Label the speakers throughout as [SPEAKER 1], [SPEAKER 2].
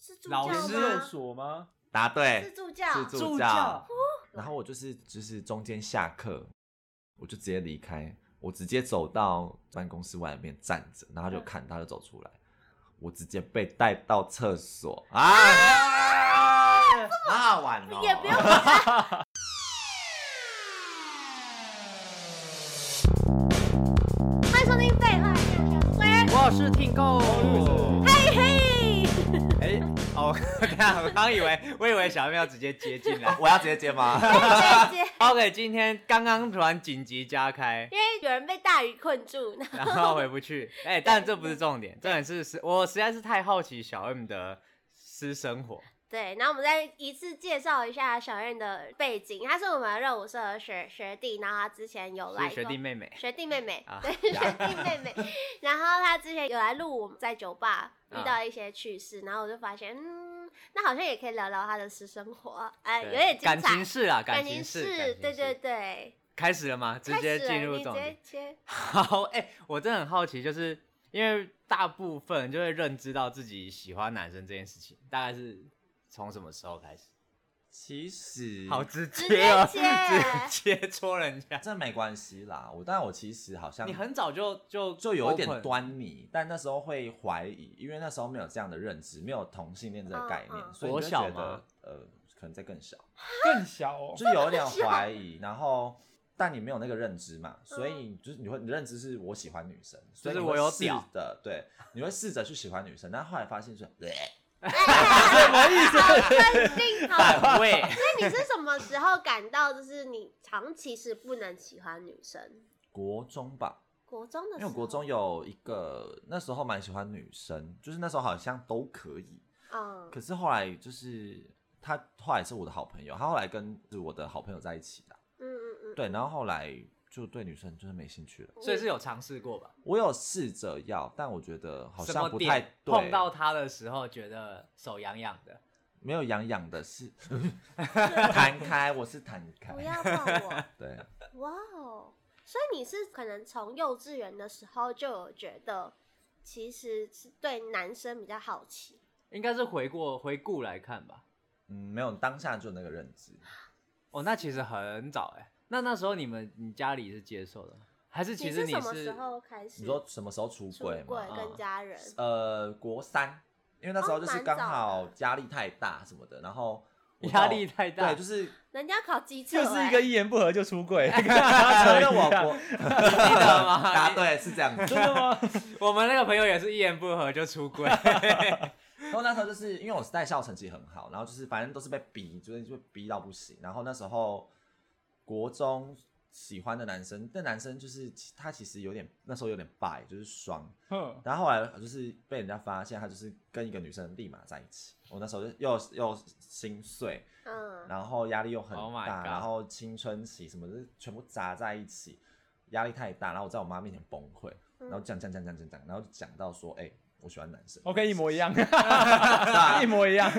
[SPEAKER 1] 助教
[SPEAKER 2] 老
[SPEAKER 1] 吗
[SPEAKER 2] 师
[SPEAKER 3] 厕所吗？
[SPEAKER 4] 答
[SPEAKER 1] 是
[SPEAKER 4] 对，
[SPEAKER 1] 助教，
[SPEAKER 3] 哎
[SPEAKER 1] 哦
[SPEAKER 4] 是助
[SPEAKER 2] 助
[SPEAKER 4] 教
[SPEAKER 2] 教。
[SPEAKER 3] 然后我就是就是中间下课，我就直接离开，我直接走到办公室外面站着，然后他就看，他就走出来，我直接被带到厕所啊，
[SPEAKER 4] 好好玩哦，
[SPEAKER 1] 啊也不用欢迎收听废话营养学，
[SPEAKER 2] 我是听够。
[SPEAKER 1] 嘿嘿，
[SPEAKER 4] 哎，哦， 等一下我刚以为，我以为小妹要直接接进来。
[SPEAKER 3] 我要直接 接吗？
[SPEAKER 1] 谢谢。
[SPEAKER 4] OK，今天刚刚突然紧急加开，
[SPEAKER 1] 因为有人被大鱼困住，然后
[SPEAKER 4] 然后回 不去。哎，但这不是重点，重点是是我实在是太好奇小 M 的私生活。
[SPEAKER 1] 对，然后我们再一次介绍一下小燕的背景，她是我们热舞社的学学弟，然后她之前有来
[SPEAKER 4] 是学
[SPEAKER 1] 过
[SPEAKER 4] 弟妹妹，
[SPEAKER 1] 学弟妹妹，
[SPEAKER 4] 啊
[SPEAKER 1] 对，学弟妹妹。然后他之前有来录我们在酒吧遇
[SPEAKER 4] 啊
[SPEAKER 1] 到一些趣事，然后我就发现，嗯，那好像也可以聊聊他的私生活，哎、
[SPEAKER 4] 对
[SPEAKER 1] 有点精
[SPEAKER 4] 感
[SPEAKER 1] 彩
[SPEAKER 4] 情。事啦，
[SPEAKER 1] 感
[SPEAKER 4] 情事，感
[SPEAKER 1] 事，
[SPEAKER 4] 情
[SPEAKER 1] 对
[SPEAKER 4] 事
[SPEAKER 1] 对，对，
[SPEAKER 4] 开始了吗？直接
[SPEAKER 1] 开始了
[SPEAKER 4] 进入
[SPEAKER 1] 你
[SPEAKER 4] 重
[SPEAKER 1] 直
[SPEAKER 4] 点
[SPEAKER 1] 接。 切，
[SPEAKER 4] 好，哎、我真的很好奇，就是因为大部分人就会认知到自己喜欢男生这件事情，大概是从什么时候开始？
[SPEAKER 3] 其实
[SPEAKER 4] 好直接哦，
[SPEAKER 1] 直接
[SPEAKER 4] 直接戳人家。
[SPEAKER 3] 这没关系啦，我但我其实好像
[SPEAKER 4] 你很早就就
[SPEAKER 3] 就有一点
[SPEAKER 4] open
[SPEAKER 3] 端倪，但那时候会怀疑，因为那时候没有这样的认知，没有同性恋这个概念，
[SPEAKER 1] 嗯嗯
[SPEAKER 3] 所以你就觉
[SPEAKER 4] 国小吗
[SPEAKER 3] 得呃，可能在更小，
[SPEAKER 2] 更小哦，
[SPEAKER 3] 就有点怀疑，然后。但你没有那个认知嘛，所以
[SPEAKER 1] 嗯
[SPEAKER 3] 你就是你会你认知是我喜欢女生，所以
[SPEAKER 4] 就是
[SPEAKER 3] 你会
[SPEAKER 4] 我有
[SPEAKER 3] 试
[SPEAKER 4] 屌
[SPEAKER 3] 的，对，你会试着去喜欢女生，但后来发现说，呃
[SPEAKER 1] 肯定哎好。
[SPEAKER 4] 反 胃，
[SPEAKER 1] 那你是什么时候感到就是你长期是不能喜欢女生？
[SPEAKER 3] 国中吧，
[SPEAKER 1] 国中的
[SPEAKER 3] 因
[SPEAKER 1] 时
[SPEAKER 3] 为
[SPEAKER 1] 候，
[SPEAKER 3] 我国中有一个那时候蛮喜欢女生，就是那时候好像都可以，
[SPEAKER 1] 嗯，
[SPEAKER 3] 可是后来就是他后来是我的好朋友，他后来跟我的好朋友在一起的，
[SPEAKER 1] 嗯嗯嗯，
[SPEAKER 3] 对，然后后来就对女生就是没兴趣了。
[SPEAKER 1] 嗯，
[SPEAKER 4] 所以是有尝试过吧？
[SPEAKER 3] 我有试着要，但我觉得好
[SPEAKER 4] 什么
[SPEAKER 3] 像不太
[SPEAKER 4] 点
[SPEAKER 3] 对，
[SPEAKER 4] 碰到他的时候觉得手痒痒的，
[SPEAKER 3] 没有痒痒的 是弹开，我是弹
[SPEAKER 1] 不
[SPEAKER 3] 开，
[SPEAKER 1] 要碰我。
[SPEAKER 3] 对，
[SPEAKER 1] 哇哦！所以你是可能从幼稚园的时候就有觉得，其实是对男生比较好奇。
[SPEAKER 4] 应该是回过回顾来看吧。
[SPEAKER 3] 嗯，没有当下就有那个认知，
[SPEAKER 4] 哦，那其实很早哎、那那时候你们你家里是接受的吗？还是其
[SPEAKER 1] 你
[SPEAKER 4] 实
[SPEAKER 1] 是
[SPEAKER 4] 你
[SPEAKER 1] 什么
[SPEAKER 4] 是
[SPEAKER 1] 时候开始？
[SPEAKER 3] 你说什么时候出
[SPEAKER 1] 出
[SPEAKER 3] 轨
[SPEAKER 1] 轨
[SPEAKER 3] 嘛？
[SPEAKER 1] 跟家人？
[SPEAKER 3] 呃，国三，因为那时候
[SPEAKER 1] 哦
[SPEAKER 3] 就是
[SPEAKER 1] 蛮
[SPEAKER 3] 刚
[SPEAKER 1] 早的
[SPEAKER 3] 好压力太大什么的，然后我
[SPEAKER 4] 压
[SPEAKER 3] 到
[SPEAKER 4] 力太大？
[SPEAKER 3] 对，就是
[SPEAKER 1] 人家考机车、
[SPEAKER 2] 就
[SPEAKER 1] 欸，
[SPEAKER 2] 是一个一言不合就出轨，
[SPEAKER 3] 承
[SPEAKER 2] 承
[SPEAKER 3] 认我国
[SPEAKER 4] 记得 吗？
[SPEAKER 3] 答对是这样子，
[SPEAKER 2] 真的吗？
[SPEAKER 4] 我们那个朋友也是一言不合就出 轨，
[SPEAKER 3] 然后那时候就是因为我在校成绩很好，然后就是反正都是被逼，就是就逼到不行。然后那时候国中喜欢的男生，那男生就是他其实有点那时候有点败，就是双。
[SPEAKER 2] 哼
[SPEAKER 3] 然后后来就是被人家发现，他就是跟一个女生立马在一起。我那时候就又又心碎，
[SPEAKER 1] 嗯，
[SPEAKER 3] 然后压力又很
[SPEAKER 4] Oh my
[SPEAKER 3] 大
[SPEAKER 4] God
[SPEAKER 3] 然后青春期什么的全部砸在一起，压力太大。然后我在我妈面前崩溃，然后讲讲讲讲讲讲，然后讲到说，哎、我喜欢男生。
[SPEAKER 2] ，OK，一模 一样，
[SPEAKER 3] 大
[SPEAKER 2] 一模一样，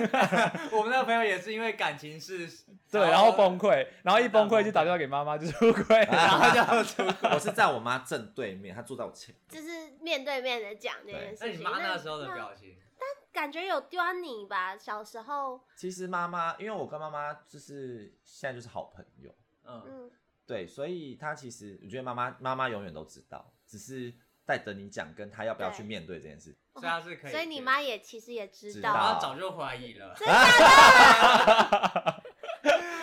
[SPEAKER 4] 我们那个朋友也是因为感情事，
[SPEAKER 2] 对，然后崩溃，然后一崩溃就打电话给妈妈，就出 轨了。
[SPEAKER 4] 然后就出 轨。
[SPEAKER 3] 我是在我妈正对面，她坐在我前面。
[SPEAKER 1] 就是面对面的讲这件
[SPEAKER 4] 那
[SPEAKER 1] 事
[SPEAKER 4] 你
[SPEAKER 1] 情。
[SPEAKER 4] 妈那时候的表
[SPEAKER 1] 那
[SPEAKER 4] 情，
[SPEAKER 1] 感觉有丢啊你吧？小时候，
[SPEAKER 3] 其实妈妈，因为我跟妈妈就是现在就是好朋友，
[SPEAKER 4] 嗯，
[SPEAKER 1] 嗯，
[SPEAKER 3] 对，所以她其实我觉得妈妈妈妈永远都知道，只是在等你讲，跟她要不要去
[SPEAKER 1] 对
[SPEAKER 3] 面对这件事。
[SPEAKER 4] 所以她是可以，
[SPEAKER 1] 所以你妈，也其实也知
[SPEAKER 3] 知
[SPEAKER 1] 道。
[SPEAKER 3] 道
[SPEAKER 4] 她早就怀疑了。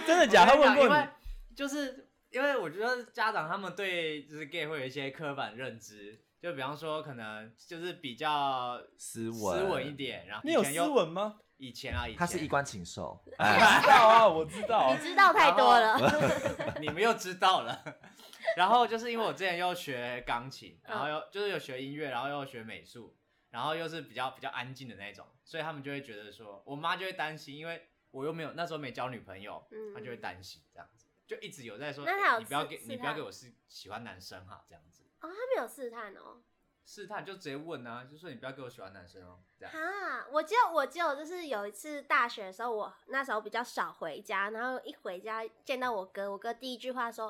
[SPEAKER 2] 真的假的？他问过
[SPEAKER 4] 因为
[SPEAKER 2] 你，
[SPEAKER 4] 就是因为我觉得家长他们对就是 gay 会有一些刻板认知，就比方说可能就是比较
[SPEAKER 3] 斯文，
[SPEAKER 4] 斯文一，点，然后
[SPEAKER 2] 你有
[SPEAKER 4] 以前
[SPEAKER 2] 斯
[SPEAKER 4] 又
[SPEAKER 2] 文 吗？
[SPEAKER 4] 以前啊，以前
[SPEAKER 3] 她是衣冠禽兽。
[SPEAKER 2] 我知道啊，我知道
[SPEAKER 1] 你。知道太多了，哦
[SPEAKER 4] 你们又知道了。 然后就是因为我之前又学钢琴，
[SPEAKER 1] 嗯
[SPEAKER 4] 然后又就是有学音乐，然后又学美术，然后又是比较比较安静的那种，所以他们就会觉得说，我妈就会担心，因为我又没有那时候没交女朋友，
[SPEAKER 1] 嗯
[SPEAKER 4] 她就会担心这样子，就一直有在说，
[SPEAKER 1] 那她有
[SPEAKER 4] 欸你不要
[SPEAKER 1] 试
[SPEAKER 4] 给
[SPEAKER 1] 试
[SPEAKER 4] 你不要
[SPEAKER 1] 探
[SPEAKER 4] 给我是喜欢男生哈这样子，
[SPEAKER 1] 哦，他没有试探哦。
[SPEAKER 4] 试探就直接问啊，就说你不要给我喜欢男生哦这 样，
[SPEAKER 1] 哈，我记得我记得我就是有一次大学的时候，我那时候比较少回家，然后一回家见到我哥，我哥第一句话说：“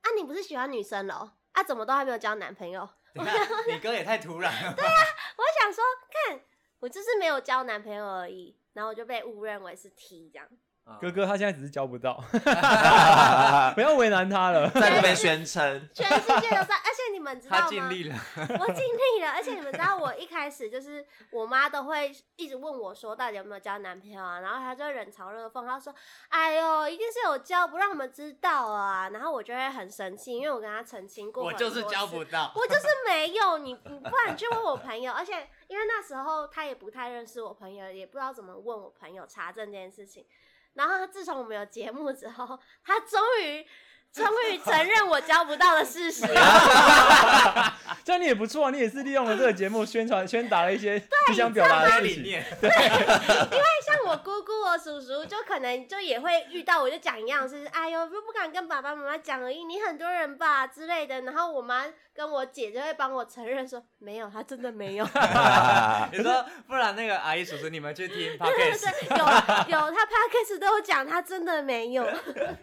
[SPEAKER 1] 啊，你不是喜欢女生了哦？啊，怎么都还没有交男朋友？”
[SPEAKER 4] 等一下 你哥也太突然了，
[SPEAKER 1] 我想说，看我就是没有交男朋友而已，然后我就被误认为是 T 这样。
[SPEAKER 4] 嗯
[SPEAKER 2] 哥哥他现在只是交不到，不要为难他了。
[SPEAKER 3] 在这边 宣称，
[SPEAKER 1] 全世界都知道，而且你们知道吗？
[SPEAKER 4] 他尽力了，
[SPEAKER 1] 我尽力了，而且你们知道，我一开始就是我妈都会一直问我说，到底有没有交男朋友啊？然后她就会冷嘲热讽，她说：“哎呦，一定是有交，不让我们知道啊。”然后我就会很生气，因为我跟她澄清过，
[SPEAKER 4] 我就是交不，到。
[SPEAKER 1] 我就是没有你，你不然你去问我朋友。而且因为那时候她也不太认识我朋友，也不知道怎么问我朋友查证这件事情。然后自从我们有节目之后，她终于。终于承认我交不到的事 实了，
[SPEAKER 2] 这样你也不错啊，你也是利用了这个节目宣传 宣达了一些你想表达
[SPEAKER 4] 他
[SPEAKER 2] 的
[SPEAKER 4] 的
[SPEAKER 2] 事
[SPEAKER 4] 理
[SPEAKER 2] 情。
[SPEAKER 4] 念，
[SPEAKER 1] 像我姑姑、我叔叔，就可能就也会遇到，我就讲一样是，哎呦，就不敢跟爸爸妈妈讲而已，你很多人吧之类的。然后我妈跟我姐就会帮我承认说，没有，她真的没 有。
[SPEAKER 4] 你说不然那个阿姨叔叔你们去听 p o
[SPEAKER 1] 对啊
[SPEAKER 4] d c
[SPEAKER 1] 对
[SPEAKER 4] a s
[SPEAKER 1] 对，有有，她 p o d c a 都有讲，她真的没 有。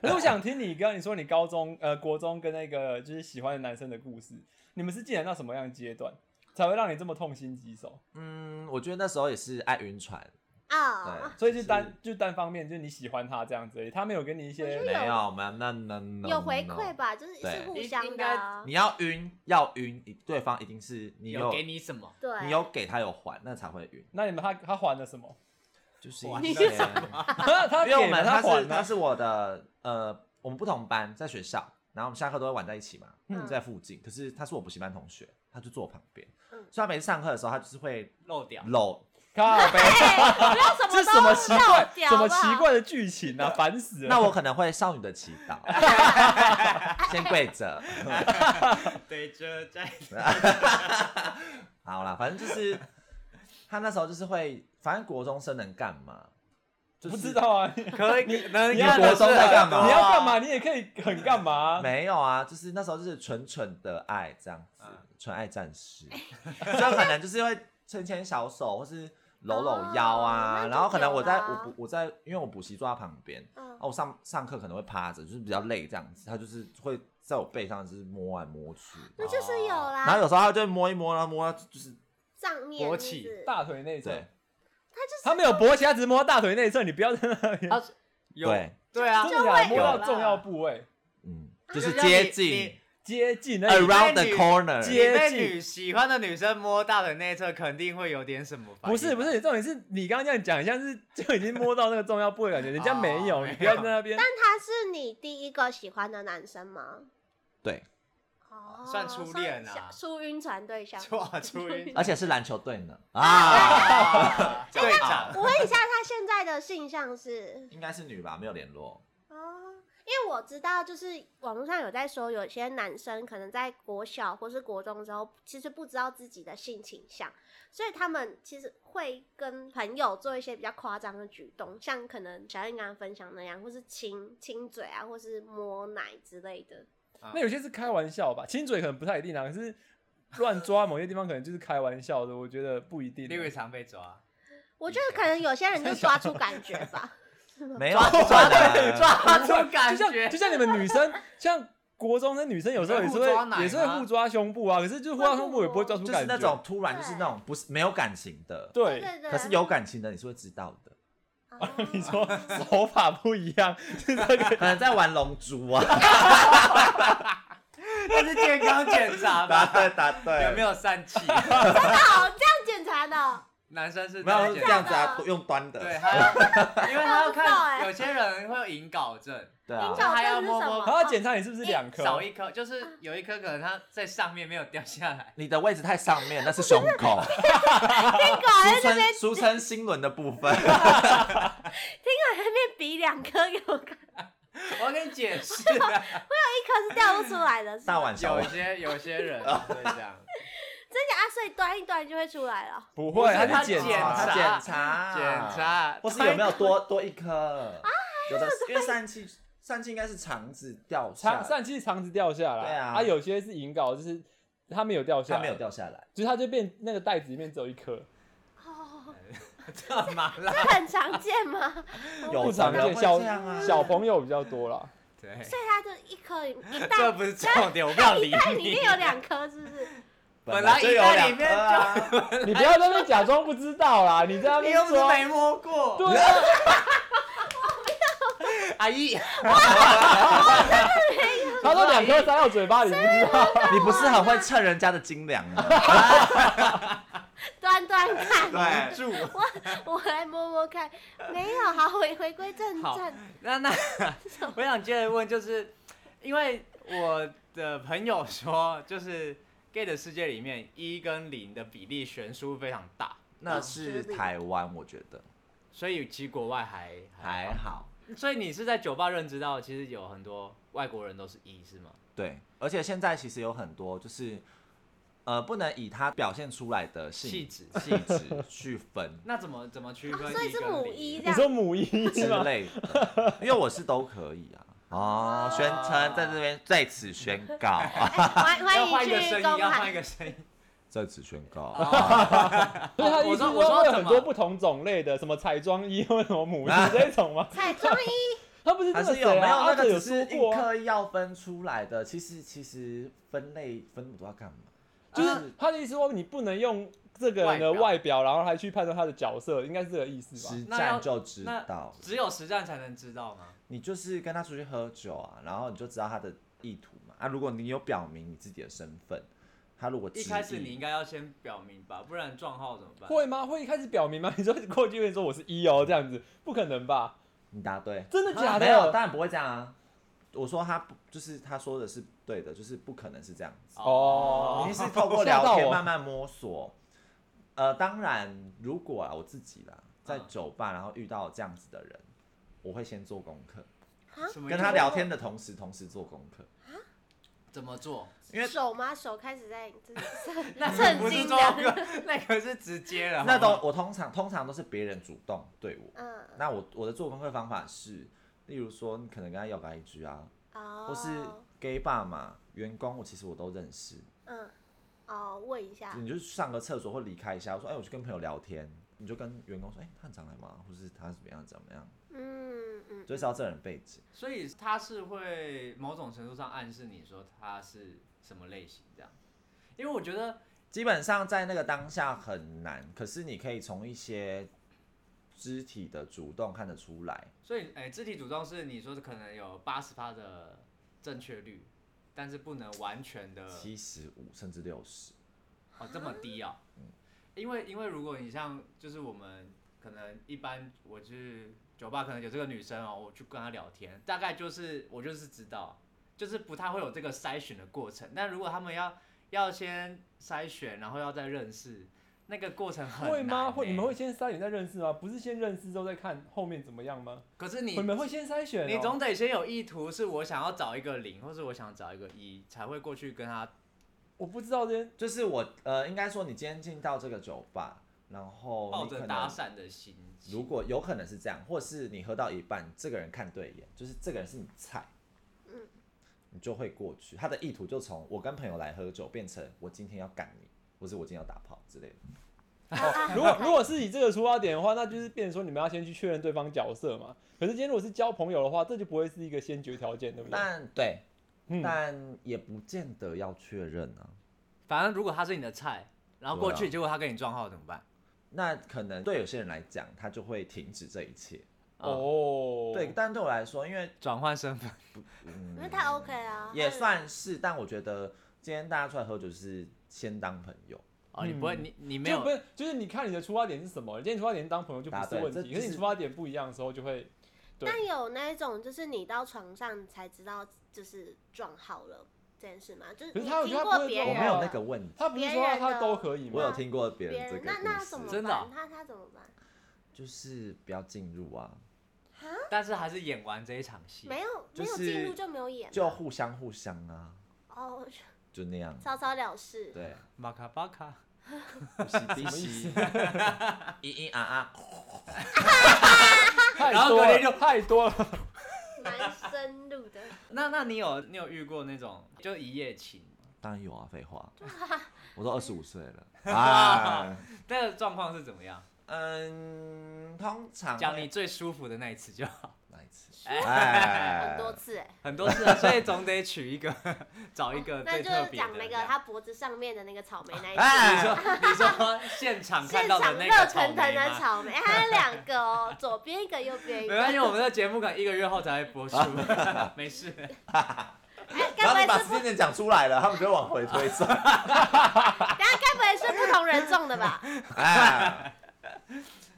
[SPEAKER 2] 我想听你刚刚你说你高中呃国中跟那个就是喜欢的男生的故事，你们是进展到什么样的阶段才会让你这么痛心疾首？
[SPEAKER 3] 嗯，我觉得那时候也是爱晕船，
[SPEAKER 1] 啊、
[SPEAKER 3] 对，
[SPEAKER 2] 所以就单就单方面就是你喜欢他这样子而已，他没有给你一
[SPEAKER 1] 我
[SPEAKER 2] 些
[SPEAKER 1] 觉得
[SPEAKER 3] 没有，我们那那那
[SPEAKER 1] 有回馈。吧，就是
[SPEAKER 3] 对
[SPEAKER 1] 是互相的啊、
[SPEAKER 3] 你要晕，要晕，对方一定是你
[SPEAKER 4] 有
[SPEAKER 3] 有
[SPEAKER 4] 给你什么？
[SPEAKER 1] 对，
[SPEAKER 3] 你有给他有还，那才会晕。
[SPEAKER 2] 那你们他他还了 什么？
[SPEAKER 3] 就是
[SPEAKER 4] 还
[SPEAKER 3] 一
[SPEAKER 1] 是
[SPEAKER 3] 些，
[SPEAKER 2] 他
[SPEAKER 3] 因为我
[SPEAKER 2] 给
[SPEAKER 3] 们
[SPEAKER 2] 了
[SPEAKER 3] 他
[SPEAKER 2] 还
[SPEAKER 3] 是
[SPEAKER 2] 了
[SPEAKER 3] 他，是我的呃，我们不同班，在学校，然后我们下课都会玩在一起嘛，
[SPEAKER 1] 嗯
[SPEAKER 3] 在附近。可是他是我补习班同学，他就坐我旁边，
[SPEAKER 1] 嗯
[SPEAKER 3] 所以他每次上课的时候，他就是会
[SPEAKER 4] 漏掉。
[SPEAKER 3] 搂，
[SPEAKER 2] 靠 背，
[SPEAKER 1] 哎不要什么
[SPEAKER 2] 这
[SPEAKER 1] 都
[SPEAKER 2] 什么奇怪
[SPEAKER 1] 漏、掉
[SPEAKER 2] 什么
[SPEAKER 1] 好不好
[SPEAKER 2] 奇怪的剧情啊，烦死了。
[SPEAKER 3] 那我可能会少女的祈祷，先跪着。
[SPEAKER 4] 对着在，
[SPEAKER 3] 好啦，反正就是他那时候就是会，反正国中生能干嘛？
[SPEAKER 2] 不知道啊，你
[SPEAKER 4] 可以，能
[SPEAKER 2] 你要干的
[SPEAKER 3] 国中在干嘛
[SPEAKER 2] 你要干嘛？你也可以很干嘛？
[SPEAKER 3] 没有啊，就是那时候就是纯纯的爱这样子
[SPEAKER 4] 嗯，
[SPEAKER 3] 纯、爱战士，就可能就是会牵牵小手，或是搂搂腰啊，
[SPEAKER 1] 哦那就
[SPEAKER 3] 然后可能我在
[SPEAKER 1] 有
[SPEAKER 3] 我
[SPEAKER 1] 啦
[SPEAKER 3] 补我在因为我补习坐在旁边，
[SPEAKER 1] 嗯
[SPEAKER 3] 啊，我上上课可能会趴着，就是比较累这样子，他就是会在我背上就是摸来摸去，
[SPEAKER 1] 那就是有 啦，
[SPEAKER 3] 然后有时候他就会摸一摸，然后摸到就是
[SPEAKER 1] 上面
[SPEAKER 4] 勃
[SPEAKER 1] 是
[SPEAKER 4] 起
[SPEAKER 1] 不是
[SPEAKER 2] 大腿内侧
[SPEAKER 3] 对，
[SPEAKER 1] 她就是
[SPEAKER 2] 他没有勃起，他只是摸大腿内侧，你不要在那边。
[SPEAKER 4] 他有
[SPEAKER 3] 对，
[SPEAKER 4] 对啊，
[SPEAKER 2] 真的假的
[SPEAKER 1] 就会
[SPEAKER 2] 摸
[SPEAKER 1] 有
[SPEAKER 2] 到
[SPEAKER 1] 啦
[SPEAKER 2] 重要部位，
[SPEAKER 3] 嗯，
[SPEAKER 4] 就
[SPEAKER 3] 就是
[SPEAKER 4] 像
[SPEAKER 3] 接
[SPEAKER 4] 你
[SPEAKER 3] 近
[SPEAKER 4] 你
[SPEAKER 2] 接近那里。
[SPEAKER 3] around the
[SPEAKER 4] 你被女
[SPEAKER 3] corner，
[SPEAKER 2] 接
[SPEAKER 4] 你被女喜欢的女生摸大腿内侧，肯定会有点什么反应。啊
[SPEAKER 2] 不是不是，重点是你刚刚这样讲，像是就已经摸到那个重要部位，感觉人家没有，
[SPEAKER 4] 哦
[SPEAKER 2] 你不要在那边。
[SPEAKER 1] 但他是你第一个喜欢的男生吗？
[SPEAKER 3] 对，
[SPEAKER 1] 哦
[SPEAKER 4] 算初恋啊
[SPEAKER 1] 算小初晕船对象。
[SPEAKER 4] 哇，出于
[SPEAKER 3] 而且是篮球队呢啊，
[SPEAKER 4] 队长，
[SPEAKER 1] 我问一下，他现在的性向是？
[SPEAKER 3] 应该是女吧，没有联络，
[SPEAKER 1] 哦，因为我知道，就是网络上有在说，有些男生可能在国小或是国中之后，其实不知道自己的性倾向，所以他们其实会跟朋友做一些比较夸张的举动，像可能小燕刚刚分享那样，或是亲亲嘴啊，或是摸奶之类的。
[SPEAKER 2] 那有些是开玩笑吧，亲嘴可能不太一定啊，可是乱抓某些地方可能就是开玩笑的，我觉得不一定。啊
[SPEAKER 4] 因为常被抓，
[SPEAKER 1] 我觉得可能有些人就抓出感觉吧。
[SPEAKER 3] 没有啊不算
[SPEAKER 4] 对，
[SPEAKER 3] 的
[SPEAKER 4] 抓出
[SPEAKER 2] 就
[SPEAKER 4] 感觉
[SPEAKER 2] 像就，像你们女生，像国中生女生有时候也是
[SPEAKER 4] 你们互抓奶
[SPEAKER 2] 会
[SPEAKER 4] 吗
[SPEAKER 2] 也是会互抓胸部啊，可是就是互抓胸部也不会抓出
[SPEAKER 3] 就
[SPEAKER 2] 感觉，
[SPEAKER 3] 是那种突然就是那种不是没有感情的，
[SPEAKER 2] 对。
[SPEAKER 1] 对对。
[SPEAKER 3] 可是有感情的你是会知道的，
[SPEAKER 1] 哦。
[SPEAKER 2] 你说手法不一样，是 这个
[SPEAKER 3] 可能在玩龙珠啊，
[SPEAKER 4] 这是健康检查 吧？
[SPEAKER 3] 对答对
[SPEAKER 4] 有没
[SPEAKER 3] 有？
[SPEAKER 4] 有疝气？
[SPEAKER 1] 好，这样检查的，
[SPEAKER 4] 男生是
[SPEAKER 3] 没有是
[SPEAKER 4] 检
[SPEAKER 3] 这
[SPEAKER 4] 查
[SPEAKER 3] 样子啊，用端的，
[SPEAKER 4] 对，还要因为他要
[SPEAKER 1] 我不知道欸
[SPEAKER 4] 看有些人会有引睾症，
[SPEAKER 3] 对
[SPEAKER 1] 引
[SPEAKER 3] 啊
[SPEAKER 1] 导，
[SPEAKER 4] 还
[SPEAKER 1] 针
[SPEAKER 4] 要
[SPEAKER 1] 是
[SPEAKER 4] 摸
[SPEAKER 1] 什
[SPEAKER 4] 摸
[SPEAKER 1] 么？
[SPEAKER 2] 然后检查你是不是两颗？
[SPEAKER 4] 少一颗，就是有一颗可能它在上面没有掉下来。
[SPEAKER 3] 你的位置太上面，那是胸口，
[SPEAKER 1] 听狗还
[SPEAKER 3] 俗
[SPEAKER 1] 在那边
[SPEAKER 3] 称俗称心轮的部分，
[SPEAKER 1] 听狗还在那边比两颗给我看，
[SPEAKER 4] 我要跟你解释
[SPEAKER 1] 一
[SPEAKER 4] 啊，
[SPEAKER 1] 颗是掉不出来的，是
[SPEAKER 3] 大
[SPEAKER 1] 吗
[SPEAKER 3] 碗小
[SPEAKER 4] 有
[SPEAKER 3] 碗，
[SPEAKER 4] 些有些人会这样，
[SPEAKER 1] 真假啊？所以端一端就会出来 了。
[SPEAKER 2] 不会，
[SPEAKER 4] 不是
[SPEAKER 2] 他
[SPEAKER 4] 他
[SPEAKER 2] 是检
[SPEAKER 4] 检
[SPEAKER 2] 查
[SPEAKER 3] 他
[SPEAKER 4] 查
[SPEAKER 3] 检查
[SPEAKER 4] 检查
[SPEAKER 3] 或是有没有多多一颗哎啊？有的因为疝气，疝气应该是肠子掉下
[SPEAKER 2] 肠
[SPEAKER 3] 来，
[SPEAKER 2] 疝气肠子掉下来，
[SPEAKER 3] 对啊
[SPEAKER 2] 啊有些是引睾，就是它没有掉下
[SPEAKER 3] 它
[SPEAKER 2] 来，
[SPEAKER 3] 没有，掉下来，
[SPEAKER 2] 就是它就变那个袋子里面只有一颗，
[SPEAKER 1] 哦，
[SPEAKER 4] 干嘛啦？
[SPEAKER 1] 这很常见吗？
[SPEAKER 3] 有
[SPEAKER 2] 不常
[SPEAKER 3] 常
[SPEAKER 2] 见，
[SPEAKER 3] 会
[SPEAKER 2] 小
[SPEAKER 3] 这样啊
[SPEAKER 2] 小朋友比较多啦。
[SPEAKER 4] 对，
[SPEAKER 1] 所以它就一颗一
[SPEAKER 4] 这
[SPEAKER 1] 袋，
[SPEAKER 4] 不是重点，我不要理
[SPEAKER 1] 一袋里
[SPEAKER 4] 你
[SPEAKER 1] 面。有两颗，是不是？
[SPEAKER 4] 本
[SPEAKER 3] 来
[SPEAKER 4] 来
[SPEAKER 3] 就
[SPEAKER 4] 一
[SPEAKER 3] 有
[SPEAKER 4] 袋
[SPEAKER 3] 两
[SPEAKER 4] 里面
[SPEAKER 3] 颗啊
[SPEAKER 4] 就，
[SPEAKER 2] 你不要在那边假装不知道啦，你在那
[SPEAKER 4] 你
[SPEAKER 2] 边
[SPEAKER 4] 又不是
[SPEAKER 2] 装
[SPEAKER 4] 没摸过，
[SPEAKER 2] 对啊，
[SPEAKER 4] 阿姨，
[SPEAKER 2] 他说两颗塞到嘴巴里，你不知道。
[SPEAKER 3] 你不是很会蹭人家的斤两啊吗？
[SPEAKER 1] 端端 看，
[SPEAKER 3] 对，
[SPEAKER 4] 住。
[SPEAKER 1] 我来摸摸看，没有。好，回回归正
[SPEAKER 4] 好
[SPEAKER 1] 正，
[SPEAKER 4] 那那我想接着问，就是因为我的朋友说，就是 gay 的世界里面，一跟零的比例悬殊非常大，
[SPEAKER 3] 那是台湾，我觉得
[SPEAKER 4] 所以其实国外还
[SPEAKER 3] 还
[SPEAKER 4] 好。
[SPEAKER 3] 好。
[SPEAKER 4] 所以你是在酒吧认知到，其实有很多外国人都是一，是吗？
[SPEAKER 3] 对，而且现在其实有很多就是，呃，不能以他表现出来的性
[SPEAKER 4] 气质，
[SPEAKER 3] 气质去 分
[SPEAKER 4] 那怎么怎么区
[SPEAKER 1] 哦
[SPEAKER 4] 分、
[SPEAKER 1] 所以是母一这
[SPEAKER 4] 一
[SPEAKER 2] 你
[SPEAKER 1] 样
[SPEAKER 2] 说母一
[SPEAKER 3] 之
[SPEAKER 2] 吗？
[SPEAKER 3] 类的，因为我是都可以啊。哦，宣称在这边在此宣告，
[SPEAKER 1] 欢
[SPEAKER 4] 跟零？要
[SPEAKER 1] 欢
[SPEAKER 4] 换一
[SPEAKER 1] 迎
[SPEAKER 4] 个
[SPEAKER 1] 去
[SPEAKER 4] 声音，
[SPEAKER 1] 公
[SPEAKER 4] 要换一
[SPEAKER 1] 海。
[SPEAKER 4] 个声 音。
[SPEAKER 3] 在此宣告。
[SPEAKER 4] 哦
[SPEAKER 2] 所以他的意
[SPEAKER 4] 我
[SPEAKER 2] 思是
[SPEAKER 4] 说我说
[SPEAKER 2] 会有
[SPEAKER 4] 怎
[SPEAKER 2] 很
[SPEAKER 4] 么
[SPEAKER 2] 多不同种类的，什么彩妆衣或者什么母一这种吗？
[SPEAKER 1] 彩妆衣，
[SPEAKER 2] 他不是
[SPEAKER 3] 啊还
[SPEAKER 2] 这
[SPEAKER 3] 是
[SPEAKER 2] 个
[SPEAKER 3] 有没
[SPEAKER 2] 谁
[SPEAKER 3] 有
[SPEAKER 2] 啊？
[SPEAKER 3] 那
[SPEAKER 2] 阿
[SPEAKER 3] 个
[SPEAKER 2] 哲有
[SPEAKER 3] 只
[SPEAKER 2] 说
[SPEAKER 3] 是
[SPEAKER 2] 过
[SPEAKER 3] 硬
[SPEAKER 2] 啊，
[SPEAKER 3] 刻意要分出来的？其实其实分类分那么多要干嘛？啊
[SPEAKER 2] 就是他的意思说你不能用这个人的
[SPEAKER 4] 外表
[SPEAKER 2] 外表，然后还去判断他的角色，应该是这个意思吧？
[SPEAKER 3] 实
[SPEAKER 4] 那要
[SPEAKER 3] 战就知道，
[SPEAKER 4] 只有实战才能知道吗？
[SPEAKER 3] 你就是跟他出去喝酒啊，然后你就知道他的意图嘛。啊，如果你有表明你自己的身份，他如果
[SPEAKER 4] 一
[SPEAKER 3] 执
[SPEAKER 4] 开始你
[SPEAKER 3] 意
[SPEAKER 4] 应该要先表明吧，不然撞号怎么办？
[SPEAKER 2] 会吗？会一开始表明吗？你 说过去跟你说我是一哦，这样子不可能吧？
[SPEAKER 3] 你答对，
[SPEAKER 2] 真的假
[SPEAKER 3] 啊没有，
[SPEAKER 2] 的？
[SPEAKER 3] 当然不会这样啊。我说他不，就是他说的是对的，就是不可能是这样子。
[SPEAKER 2] 哦
[SPEAKER 3] 你是透过
[SPEAKER 2] 吓
[SPEAKER 3] 聊
[SPEAKER 2] 到
[SPEAKER 3] 天
[SPEAKER 2] 我
[SPEAKER 3] 慢慢摸索。呃，当然，如果啊我自己啦，在
[SPEAKER 4] 嗯
[SPEAKER 3] 酒吧然后遇到这样子的人，我会先做功课，
[SPEAKER 4] 啊什么意
[SPEAKER 3] 跟
[SPEAKER 4] 思
[SPEAKER 3] 他聊天的同时，同时做功课。
[SPEAKER 4] 怎么做？
[SPEAKER 3] 因为
[SPEAKER 1] 手吗？手开始在这 是
[SPEAKER 4] 那
[SPEAKER 1] 震
[SPEAKER 4] 不是
[SPEAKER 1] 惊
[SPEAKER 4] 做
[SPEAKER 1] 的，
[SPEAKER 4] 个，那个是直接了。
[SPEAKER 3] 那
[SPEAKER 4] 好
[SPEAKER 3] 种
[SPEAKER 4] 吗
[SPEAKER 3] 我通常通常都是别人主动对我，
[SPEAKER 1] 嗯，
[SPEAKER 3] 那我我的做功课方法是，例如说你可能跟他要个 IG 啊，
[SPEAKER 1] 哦，
[SPEAKER 3] 或是 gay 爸嘛，员工我其实我都认识，
[SPEAKER 1] 嗯，哦，问一下，
[SPEAKER 3] 你就上个厕所或离开一下，我说哎、我去跟朋友聊天，你就跟员工说哎、他很常来吗？或是他怎么样怎么样，
[SPEAKER 1] 嗯嗯，
[SPEAKER 3] 就会知道这人背景。
[SPEAKER 4] 所以他是会某种程度上暗示你说他是什么类型这样，因为我觉得
[SPEAKER 3] 基本上在那个当下很难，可是你可以从一些肢体的主动看得出来。
[SPEAKER 4] 所以，哎、肢体主动是你说的可能有八十趴的正确率，但是不能完全的
[SPEAKER 3] 七十五甚至六十，
[SPEAKER 4] 哦这么低啊、
[SPEAKER 2] 嗯
[SPEAKER 4] 因为因为如果你像就是我们可能一般我去酒吧可能有这个女生哦，我去跟她聊天，大概就是我就是知道，就是不太会有这个筛选的过程。但如果他们要要先筛选，然后要再认识，那个过程很难、欸
[SPEAKER 2] 会吗？会你
[SPEAKER 3] 欸
[SPEAKER 2] 们会？先筛选再认识吗？不是先认识之后再看后面怎么样吗？
[SPEAKER 4] 可是你
[SPEAKER 2] 你们会先筛选哦？
[SPEAKER 4] 你总得先有意图，是我想要找一个零，或是我想找一个一，才会过去跟他。
[SPEAKER 2] 我不知道这些，
[SPEAKER 3] 就是我呃，应该说你今天进到这个酒吧，然后
[SPEAKER 4] 抱
[SPEAKER 3] 哦你可
[SPEAKER 4] 着
[SPEAKER 3] 能
[SPEAKER 4] 搭讪的心情。
[SPEAKER 3] 如果有可能是这样，或是你喝到一半，这个人看对眼，就是这个人是你菜，
[SPEAKER 1] 嗯
[SPEAKER 3] 你就会过去。他的意图就从我跟朋友来喝酒变成我今天要干你，或是我今天要打炮之类的。
[SPEAKER 1] 哦
[SPEAKER 2] 如果如果是以这个出发点的话，那就是变成说你们要先去确认对方角色嘛。可是今天如果是交朋友的话，这就不会是一个先决条件，对不对？
[SPEAKER 3] 但对，
[SPEAKER 2] 嗯，
[SPEAKER 3] 但也不见得要确认啊。
[SPEAKER 4] 反正如果他是你的菜，然后过
[SPEAKER 3] 对
[SPEAKER 4] 去，
[SPEAKER 3] 啊
[SPEAKER 4] 结果他跟你撞号怎么办？
[SPEAKER 3] 那可能对有些人来讲，他就会停止这一切。
[SPEAKER 2] 哦，
[SPEAKER 3] 对，，但对我来说，因为
[SPEAKER 4] 转换身份，
[SPEAKER 3] 嗯
[SPEAKER 1] 因为他 OK 啊，
[SPEAKER 3] 也
[SPEAKER 1] 他
[SPEAKER 3] 算是，但我觉得今天大家出来喝酒是先当朋友。
[SPEAKER 4] 哦，你不会，你你没
[SPEAKER 2] 就
[SPEAKER 4] 有
[SPEAKER 2] 不，是就是你看你的出发点是什么？今天出发点是当朋友就不
[SPEAKER 3] 答
[SPEAKER 2] 是
[SPEAKER 3] 对
[SPEAKER 2] 问
[SPEAKER 3] 这
[SPEAKER 2] 题，
[SPEAKER 3] 就
[SPEAKER 2] 可是你
[SPEAKER 3] 是
[SPEAKER 2] 出发点不一样的时候就会，对
[SPEAKER 1] 但有那一种就是你到床上才知道就是撞号了这件事吗？就是
[SPEAKER 2] 可是
[SPEAKER 1] 你
[SPEAKER 2] 他有
[SPEAKER 1] 经
[SPEAKER 2] 他不
[SPEAKER 1] 过
[SPEAKER 2] 会啊
[SPEAKER 1] 别
[SPEAKER 2] 说
[SPEAKER 3] 我
[SPEAKER 1] 人
[SPEAKER 3] 没有那
[SPEAKER 1] 了
[SPEAKER 3] 个问题，
[SPEAKER 2] 他不是
[SPEAKER 1] 别
[SPEAKER 2] 说
[SPEAKER 1] 人
[SPEAKER 2] 他
[SPEAKER 1] 的
[SPEAKER 2] 都可以吗？
[SPEAKER 3] 我有听过别
[SPEAKER 1] 别
[SPEAKER 3] 人这
[SPEAKER 1] 人
[SPEAKER 3] 个
[SPEAKER 1] 那那怎么
[SPEAKER 3] 故
[SPEAKER 1] 办？
[SPEAKER 3] 事，
[SPEAKER 4] 真的哦
[SPEAKER 2] 啊
[SPEAKER 1] 他他怎么办？
[SPEAKER 3] 就是不要进入啊，
[SPEAKER 4] 但是还是演完这一场戏。
[SPEAKER 1] 没有、
[SPEAKER 3] 就
[SPEAKER 1] 没有
[SPEAKER 3] 是
[SPEAKER 1] 进入就没有演，
[SPEAKER 3] 就互相互相啊，
[SPEAKER 1] 哦，
[SPEAKER 3] 就那样。
[SPEAKER 1] 草草了事。
[SPEAKER 3] 对，
[SPEAKER 4] 巴卡巴卡，
[SPEAKER 3] 呼吸鼻息，咿咿啊啊，
[SPEAKER 2] 太
[SPEAKER 4] 然后
[SPEAKER 2] 多
[SPEAKER 4] 隔天
[SPEAKER 2] 了，太多了。
[SPEAKER 1] 蛮深入 的。
[SPEAKER 4] 那那你有你有遇过那种就一夜情
[SPEAKER 3] 当然有啊，废 话，我都二十五岁了啊。
[SPEAKER 4] 那个状况是怎么样？
[SPEAKER 3] 嗯，通常
[SPEAKER 4] 讲
[SPEAKER 3] 会
[SPEAKER 4] 你最舒服的那一次就好。
[SPEAKER 3] 哪一 次，
[SPEAKER 1] 很
[SPEAKER 3] 哎，
[SPEAKER 1] 多次哎、
[SPEAKER 4] 很多次啊，所以总得取一个， 找一个
[SPEAKER 1] 哦那
[SPEAKER 4] 最
[SPEAKER 1] 就
[SPEAKER 4] 特
[SPEAKER 1] 是
[SPEAKER 4] 别的
[SPEAKER 1] 讲
[SPEAKER 4] 这
[SPEAKER 1] 那个
[SPEAKER 4] 样。
[SPEAKER 1] 他脖子上面的那个草莓那一次。
[SPEAKER 4] 你说你说现场看
[SPEAKER 1] 现
[SPEAKER 4] 到
[SPEAKER 1] 场
[SPEAKER 4] 的那
[SPEAKER 1] 热
[SPEAKER 4] 个草莓
[SPEAKER 1] 腾腾的
[SPEAKER 4] 吗
[SPEAKER 1] 草莓，哎还有两个哦，左边一个，右边一
[SPEAKER 4] 没关系，
[SPEAKER 1] 个。
[SPEAKER 4] 我们的节目可能一个月后才会播 出，没事。
[SPEAKER 1] 哎，
[SPEAKER 3] 然后
[SPEAKER 1] 该
[SPEAKER 3] 你
[SPEAKER 1] 不
[SPEAKER 3] 把
[SPEAKER 1] 会是
[SPEAKER 3] 时
[SPEAKER 1] 不？
[SPEAKER 3] 间点讲出来了，他们就会往回推 送。
[SPEAKER 1] 等下该不会是不同人种的 吧？
[SPEAKER 3] 哎，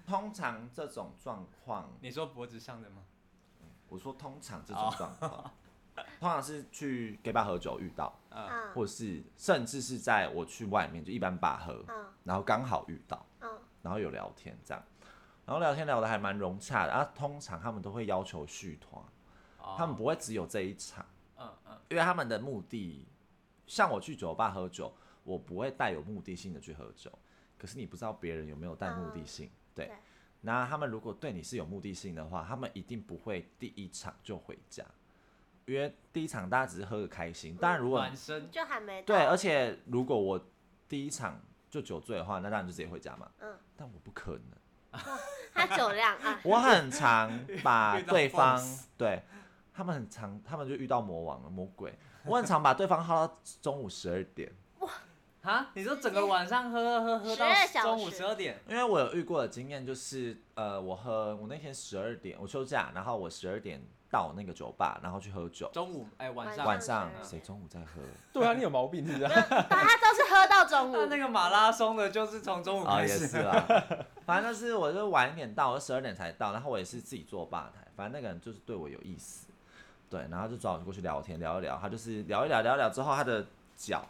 [SPEAKER 3] 通常这种状况，
[SPEAKER 4] 你说脖子上的吗？
[SPEAKER 3] 我说通常这种状况，通常是去 gay bar 喝酒遇到，
[SPEAKER 4] 嗯，
[SPEAKER 1] 嗯
[SPEAKER 3] 或是甚至是在我去外面就一般 bar 喝，
[SPEAKER 1] 嗯
[SPEAKER 3] 然后刚好遇到，
[SPEAKER 1] 嗯，
[SPEAKER 3] 然后有聊天这样，然后聊天聊得还蛮融洽的。啊，通常他们都会要求续团，
[SPEAKER 4] 哦
[SPEAKER 3] 他们不会只有这一场，
[SPEAKER 4] 嗯嗯
[SPEAKER 3] 因为他们的目的，像我去酒吧喝酒，我不会带有目的性的去喝酒，可是你不知道别人有没有带目的性，哦对
[SPEAKER 1] 对。
[SPEAKER 3] 那他们如果对你是有目的性的话，他们一定不会第一场就回家，因为第一场大家只是喝个开心。当然，如果
[SPEAKER 4] 暖身
[SPEAKER 1] 嗯就还没到
[SPEAKER 3] 对，而且如果我第一场就酒醉的话，那当然就直接回家嘛。
[SPEAKER 1] 嗯，
[SPEAKER 3] 但我不可能，
[SPEAKER 1] 他酒量 啊，
[SPEAKER 3] 我很常把
[SPEAKER 4] 遇到
[SPEAKER 3] 对方
[SPEAKER 4] boss
[SPEAKER 3] 对他们很常，他们就遇到魔王了魔鬼。我很常把对方耗到中午十二点，
[SPEAKER 4] 啊？你说整个晚上喝喝喝喝到
[SPEAKER 1] 12小
[SPEAKER 4] 中午
[SPEAKER 1] 时
[SPEAKER 4] 十二点，
[SPEAKER 3] 因为我有遇过的经验就是，呃，我喝我那天十二点我休假，然后我十二点到那个酒吧，然后去喝酒，
[SPEAKER 4] 中午哎晚上
[SPEAKER 1] 上
[SPEAKER 3] 晚上
[SPEAKER 1] 12
[SPEAKER 3] 谁中午在喝？
[SPEAKER 2] 对啊，你有毛病是不是？
[SPEAKER 1] 他都是喝到中
[SPEAKER 4] 那
[SPEAKER 1] 午
[SPEAKER 4] 哦那。个马拉松的就是从中午
[SPEAKER 3] 啊，
[SPEAKER 4] 开
[SPEAKER 3] 也
[SPEAKER 4] 始，
[SPEAKER 3] 是啦， 反正就是我就晚一点到，我十二点才到，然后我也是自己坐吧台，反正那个人就是对我有意思，对，然后就找我过去聊天聊一聊，他就是聊一聊聊一聊之后，他的脚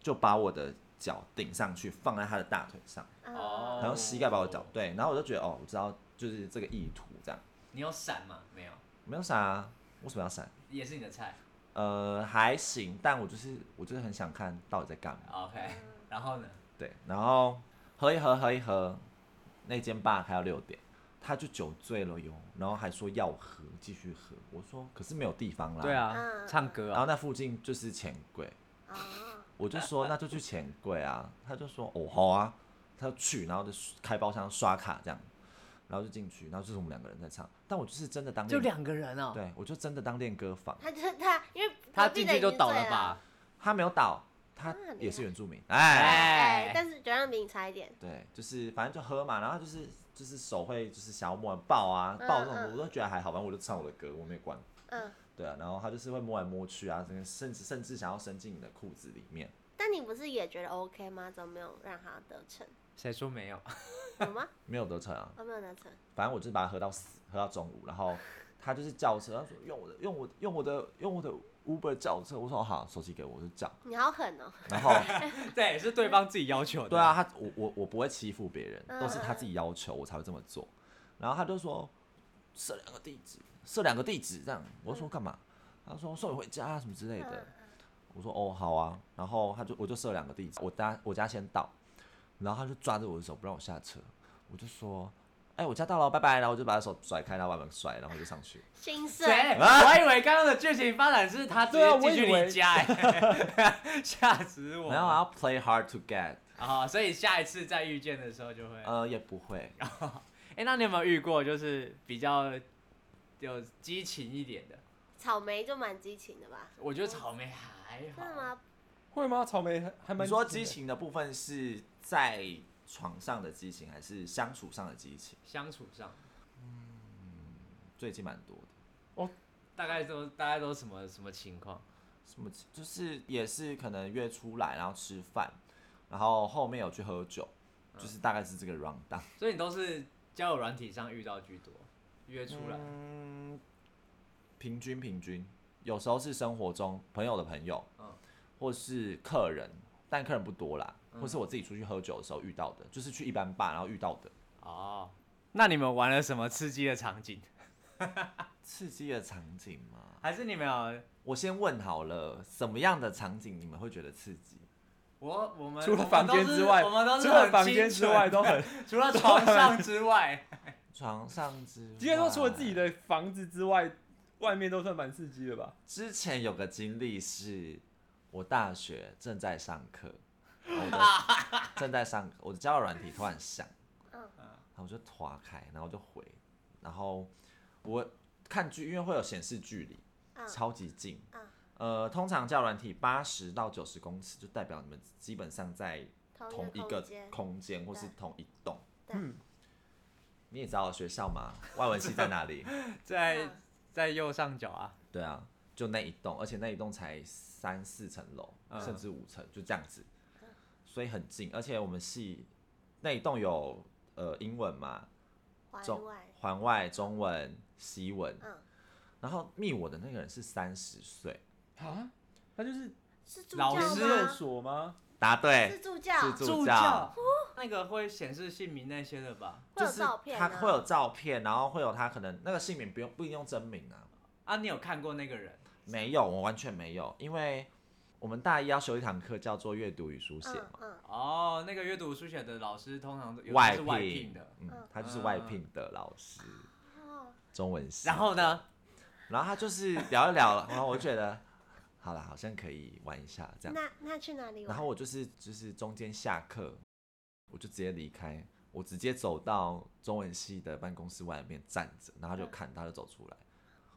[SPEAKER 3] 就把我的脚顶上去，放在他的大腿上，
[SPEAKER 1] 嗯
[SPEAKER 4] 哦
[SPEAKER 3] 然后膝盖把我脚对，然后我就觉得哦，我知道就是这个意图这样，
[SPEAKER 4] 你有闪吗？没有，
[SPEAKER 3] 没有啥，为什么要闪？
[SPEAKER 4] 也是你的菜。
[SPEAKER 3] 呃，还行，但我就是我就是很想看到底在干嘛。
[SPEAKER 4] OK，然后呢？
[SPEAKER 3] 对，然后喝一喝，喝一喝，那间吧开到六点，他就酒醉了哟，然后还说要喝，继续喝。我说可是没有地方啦。。
[SPEAKER 1] 啊唱
[SPEAKER 4] 歌
[SPEAKER 3] 然后那附近就是钱柜，
[SPEAKER 1] 哦
[SPEAKER 3] 我就说那就去钱柜啊，他就说哦好啊，他就去，然后就开包厢刷卡这样，然后就进去，然后就是我们两个人在唱，但我就是真的当练，
[SPEAKER 4] 个人哦，
[SPEAKER 3] 对我就真的当练歌房，
[SPEAKER 1] 他就是他，因为
[SPEAKER 4] 他
[SPEAKER 1] 隔壁
[SPEAKER 4] 进
[SPEAKER 1] 的
[SPEAKER 4] 去
[SPEAKER 1] 已
[SPEAKER 4] 就
[SPEAKER 1] 经
[SPEAKER 4] 倒
[SPEAKER 1] 醉
[SPEAKER 4] 了吧？
[SPEAKER 3] 他没有倒，他
[SPEAKER 1] 啊厉
[SPEAKER 3] 也是
[SPEAKER 1] 害
[SPEAKER 3] 原住民，哎。
[SPEAKER 1] 哎，但是酒量比你差一点。
[SPEAKER 3] 对，就是反正就喝嘛，然后就是就是手会就是想要摸人抱啊
[SPEAKER 1] 嗯
[SPEAKER 3] 抱这种，
[SPEAKER 1] 嗯
[SPEAKER 3] 我都觉得还好，反正我就唱我的歌，我没有管。
[SPEAKER 1] 嗯，
[SPEAKER 3] 对啊，然后他就是会摸来摸去啊，甚至甚至甚至想要伸进你的裤子里面。
[SPEAKER 1] 但你不是也觉得 OK 吗？怎么没有让他得逞？
[SPEAKER 4] 谁说没有？
[SPEAKER 1] 有吗？
[SPEAKER 3] 没有得逞啊，
[SPEAKER 1] 我没有得逞。
[SPEAKER 3] 反正我就是把他喝到死，喝到中午，然后他就是叫车，他说用我的用我的用我的用我的 Uber 叫车，我说好，手机给我，我就叫。
[SPEAKER 1] 你好狠哦！
[SPEAKER 3] 然后
[SPEAKER 4] 对，是对方自己要求的。
[SPEAKER 3] 对啊，，他我我我不会欺负别人，
[SPEAKER 1] 嗯
[SPEAKER 3] 都是他自己要求我才会这么做。然后他就说设两个地址，设两个地址这样。我就说干嘛？他说送你回家啊什么之类的。
[SPEAKER 1] 嗯
[SPEAKER 3] 我说哦好啊。然后他就我就设两个地址，我家我家先到，然后他就抓着我的手不让我下车。我就说哎、我家到了，拜拜。然后我就把他手甩开，然后把门甩，然后我就上去。
[SPEAKER 1] 心碎，
[SPEAKER 4] 谁？我还以为刚刚的剧情发展是他直
[SPEAKER 2] 对啊
[SPEAKER 4] 接进
[SPEAKER 2] 我以
[SPEAKER 4] 去
[SPEAKER 2] 为
[SPEAKER 4] 你家，哎 吓死我！
[SPEAKER 3] 没有，我要 play hard to get，
[SPEAKER 4] 啊，所以下一次再遇见的时候就会。哎、
[SPEAKER 3] 呃也不会。
[SPEAKER 4] 那你有没有遇过就是比较有激情一点的？
[SPEAKER 1] 草莓就蛮激情的吧？
[SPEAKER 4] 我觉得草莓还好。
[SPEAKER 1] 真的？吗？
[SPEAKER 2] 会吗？草莓还还
[SPEAKER 3] 你
[SPEAKER 2] 蛮
[SPEAKER 3] 说
[SPEAKER 2] 激
[SPEAKER 3] 激
[SPEAKER 2] 情
[SPEAKER 3] 情的部分是在床上的激情，还是相处上的激情？
[SPEAKER 4] 相处上
[SPEAKER 3] 最近蛮多的，
[SPEAKER 4] 大概都大概都什么什么情况？
[SPEAKER 3] 什么就是也是可能约出来，然后吃饭，然后后面有去喝酒，就是大概是这个 round down。
[SPEAKER 4] 所以你都是交友软体上遇到居多，约出来。
[SPEAKER 3] 嗯，平均平均，有时候是生活中朋友的朋友，
[SPEAKER 4] 嗯
[SPEAKER 3] 或是客人，但客人不多啦，
[SPEAKER 2] 嗯
[SPEAKER 3] 或是我自己出去喝酒的时候遇到的，就是去一般吧，然后遇到的
[SPEAKER 4] 哦，那你们玩了什么刺激的场景？
[SPEAKER 3] 刺激的场景嘛。
[SPEAKER 4] 还是你们有
[SPEAKER 3] 我先问好了，什么样的场景你们会觉得刺激？
[SPEAKER 4] 我我们
[SPEAKER 2] 除了房间之外
[SPEAKER 4] 我们都是我们都是
[SPEAKER 2] 除了
[SPEAKER 4] 很
[SPEAKER 2] 房
[SPEAKER 4] 清
[SPEAKER 2] 间之
[SPEAKER 4] 纯
[SPEAKER 2] 外都很，
[SPEAKER 4] 除了床上 之外，
[SPEAKER 3] 床上之外，
[SPEAKER 2] 应该说除了自己的房子之外，外面都算蛮刺激的吧？
[SPEAKER 3] 之前有个经历是，我大学正在上课，我的正在上课，我的交友软体突然响，
[SPEAKER 1] 嗯
[SPEAKER 3] 然后我就划开，然后我就回，然后我看距，因为会有显示距离，
[SPEAKER 1] 嗯
[SPEAKER 3] 超级近
[SPEAKER 1] 嗯。
[SPEAKER 3] 呃，通常叫软体八十到九十公尺，就代表你们基本上在同
[SPEAKER 1] 同
[SPEAKER 3] 一
[SPEAKER 1] 一
[SPEAKER 3] 个
[SPEAKER 1] 空间
[SPEAKER 3] 空间或是
[SPEAKER 1] 对
[SPEAKER 3] 同一栋。
[SPEAKER 1] 对
[SPEAKER 2] 嗯
[SPEAKER 3] 你也知道学校嘛，外文系在哪里？
[SPEAKER 4] 在
[SPEAKER 1] 嗯
[SPEAKER 4] 在右上角啊，
[SPEAKER 3] 对啊，就那一栋，而且那一栋才三四层楼，
[SPEAKER 4] 嗯
[SPEAKER 3] 甚至五层，就这样子，所以很近。而且我们系那一栋有呃英文嘛，
[SPEAKER 1] 环
[SPEAKER 3] 中
[SPEAKER 1] 外，
[SPEAKER 3] 环外中文、西文，
[SPEAKER 1] 嗯，
[SPEAKER 3] 然后密我的那个人是三十岁，
[SPEAKER 2] 啊，他就是
[SPEAKER 1] 是啊助教
[SPEAKER 4] 老
[SPEAKER 2] 研
[SPEAKER 4] 师
[SPEAKER 2] 究
[SPEAKER 1] 吗？
[SPEAKER 2] 所吗？
[SPEAKER 3] 答
[SPEAKER 1] 是
[SPEAKER 3] 对，
[SPEAKER 1] 助教，
[SPEAKER 3] 哎是助
[SPEAKER 4] 教
[SPEAKER 3] 教
[SPEAKER 4] 那个会显示姓名那些的吧？
[SPEAKER 1] 会
[SPEAKER 3] 就
[SPEAKER 1] 有
[SPEAKER 3] 是
[SPEAKER 1] 照片
[SPEAKER 3] 他
[SPEAKER 1] 啊
[SPEAKER 3] 会有照片，然后会有他可能那个姓名不用不一定用真名啊，
[SPEAKER 4] 啊，你有看过那个人？
[SPEAKER 3] 没有，我完全没有，因为我们大一要修一堂课叫做阅读与书写嘛
[SPEAKER 1] 嗯。嗯
[SPEAKER 4] 哦，那个阅读书写的老师通常都有
[SPEAKER 3] 外
[SPEAKER 4] 的是外聘
[SPEAKER 3] 聘
[SPEAKER 4] 的。
[SPEAKER 3] 嗯
[SPEAKER 1] 嗯，
[SPEAKER 3] 他就是外聘的老师，
[SPEAKER 1] 哦，
[SPEAKER 3] 中文系。
[SPEAKER 4] 然后呢？
[SPEAKER 3] 然后他就是聊一聊，然后我就觉得，好啦，好像可以玩一下这样。
[SPEAKER 1] 那那去哪里玩？
[SPEAKER 3] 然后我就是就是中间下课，我就直接离开，我直接走到中文系的办公室外面站着，然
[SPEAKER 1] 嗯
[SPEAKER 3] 后他就看，他就走出来，